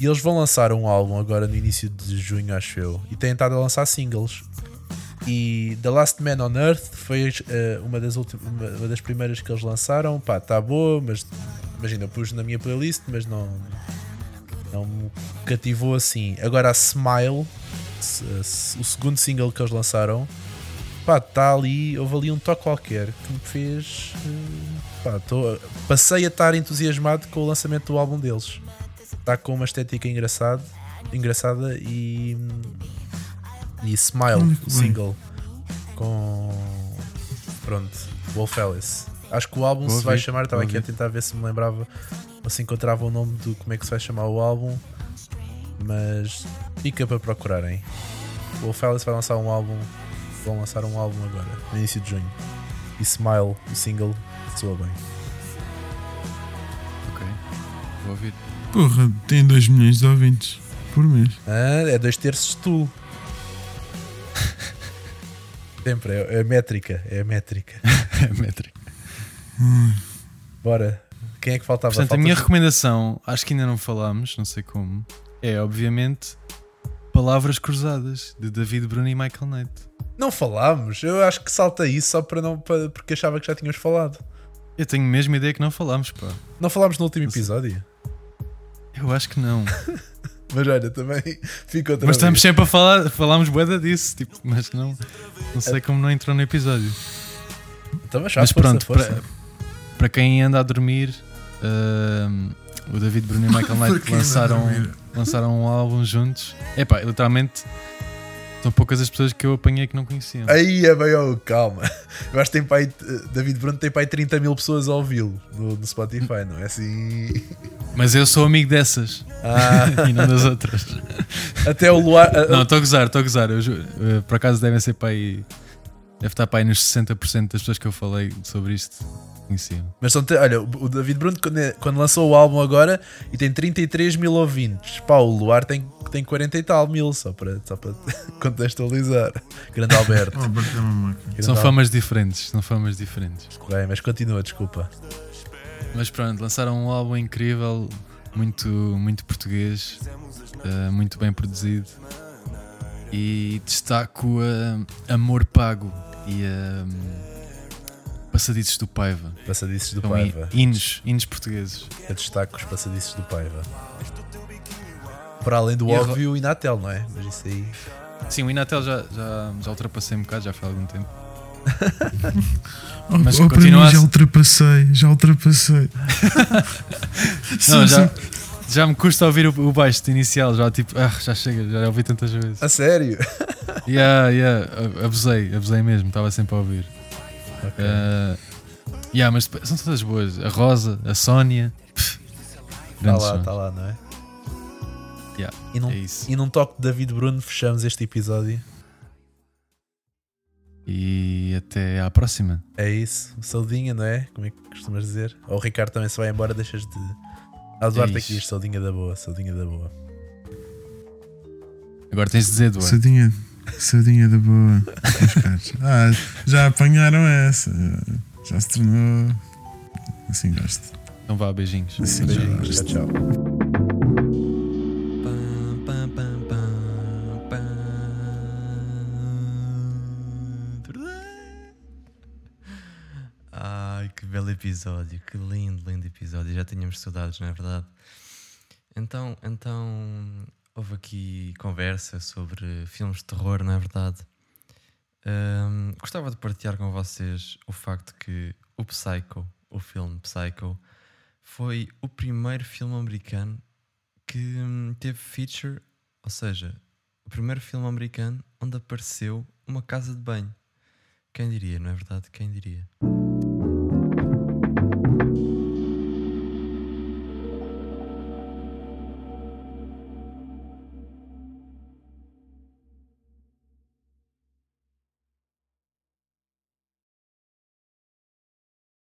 E eles vão lançar um álbum agora no início de junho, acho eu, e têm estado a lançar singles. E The Last Man on Earth foi eh, uma, das ulti- uma, uma das primeiras que eles lançaram. Pá, está boa, mas imagina, eu pus na minha playlist, mas não, não me cativou assim. Agora a Smile, se- se- o segundo single que eles lançaram, pá, tá ali, houve ali um toque qualquer que me fez. eh, Pá, tô- passei a estar entusiasmado com o lançamento do álbum deles. Está com uma estética engraçada, engraçada e. E Smile, Muito o bem. single. Com. Pronto, Wolf Alice. Acho que o álbum Vou se vai ouvir, chamar, estava vou aqui a ouvir. tentar ver se me lembrava ou se encontrava o nome do como é que se vai chamar o álbum. Mas fica para procurarem. O Félix vai lançar um álbum. Vão lançar um álbum agora, no início de junho. E Smile, o single, soa bem. Ok. Vou ouvir. *laughs* Porra, tem 2 milhões de ouvintes por mês. Ah, é dois terços de tu. *laughs* Sempre, é, é métrica, é métrica. Métrica. Bora. Quem é que faltava? Portanto, a Falta- minha recomendação, acho que ainda não falámos, não sei como, é obviamente Palavras Cruzadas, de David Bruno e Michael Knight. Não falámos, eu acho que saltei isso só para não, para- porque achava que já tínhamos falado. Eu tenho mesmo ideia que não falámos, pá. Não falámos no último Não sei. episódio. Eu acho que não. Mas olha, também *laughs* ficou outra mas estamos vez. sempre a falar, falámos boeda disso, tipo, mas não, não É. sei como não entrou no episódio. Então, mas, Mas força, pronto, força. para- para quem anda a dormir, ahm, o David Bruno *laughs* e Michael Para Knight quem anda a lançaram, dormir. lançaram um álbum juntos. Epá, literalmente são poucas as pessoas que eu apanhei que não conheciam. Aí é bem, oh, calma. *laughs* Eu acho que tem pai, David Bruno tem pai 30 mil pessoas a ouvi-lo no, no Spotify, não é *laughs* assim? Mas eu sou amigo dessas Ah, *laughs* e não das outras. até o Luar. ah, a- a- Não, estou a gozar, estou a gozar. Eu juro. Eh, Por acaso devem ser para aí. Deve estar para aí nos 60% das pessoas que eu falei sobre isto conheciam. Mas são, te- olha, o- o David Bruno, quando, é- quando lançou o álbum agora, e tem 33 mil ouvintes. Pá, o Luar tem, tem 40 e tal mil, só para, só para *laughs* contextualizar. Grande Alberto. Oh, Alberto é uma máquina. Grande São Alberto. famas diferentes, são famas diferentes. Bem, mas continua, desculpa. Mas pronto, lançaram um álbum incrível, muito, muito português, eh, muito bem produzido. E destaco a Amor Pago e a hum, Passadiços do Paiva. Passadiços do São Paiva. hinos, hinos portugueses. Eu destaco os passadiços do Paiva. Para além do E a ro- óbvio e Natel, não é? Mas isso aí. Sim, o Inatel já, já, já ultrapassei um bocado, já foi há algum tempo. Oh, Mas oh, para continua mim a- já ultrapassei, já *laughs* ultrapassei. Não, Sim, já, sim. já me custa ouvir o, o baixo inicial, já tipo, ah, já chega, já ouvi tantas vezes. A sério? Yeah, yeah, a- abusei, abusei mesmo, estava sempre a ouvir. *laughs* Ok. Tá Uh, yeah, mas são todas boas. A Rosa, a Sónia. pff, Tá Está grande lá, som. está lá, não é? Yeah, E, num, É isso. e num toque de David Bruno fechamos este episódio. E até à próxima. É isso. Saudinha, não é? Como é que costumas dizer? Ou o Ricardo também se vai embora, deixas de, A Duarte É aqui, isso. saudinha da boa, saudinha da boa. Agora tens de dizer, Duarte. Sardinha, sardinha da boa. meus caros. Ah, já apanharam essa. Já se tornou. Assim gosto. Então vá, beijinhos. Sim, Tchau. beijinhos. Beijinhos, tchau, tchau. Pam, pam, pam, pam, pam. Tudum. Ai, que belo episódio, que lindo, lindo episódio. Já tínhamos saudades, não é verdade? Então, então houve aqui conversa sobre filmes de terror, não é verdade? Ahm, gostava de partilhar com vocês o facto que o Psycho, o filme Psycho, foi o primeiro filme americano que hum, teve feature, ou seja, o primeiro filme americano onde apareceu uma casa de banho. Quem diria, não é verdade? Quem diria?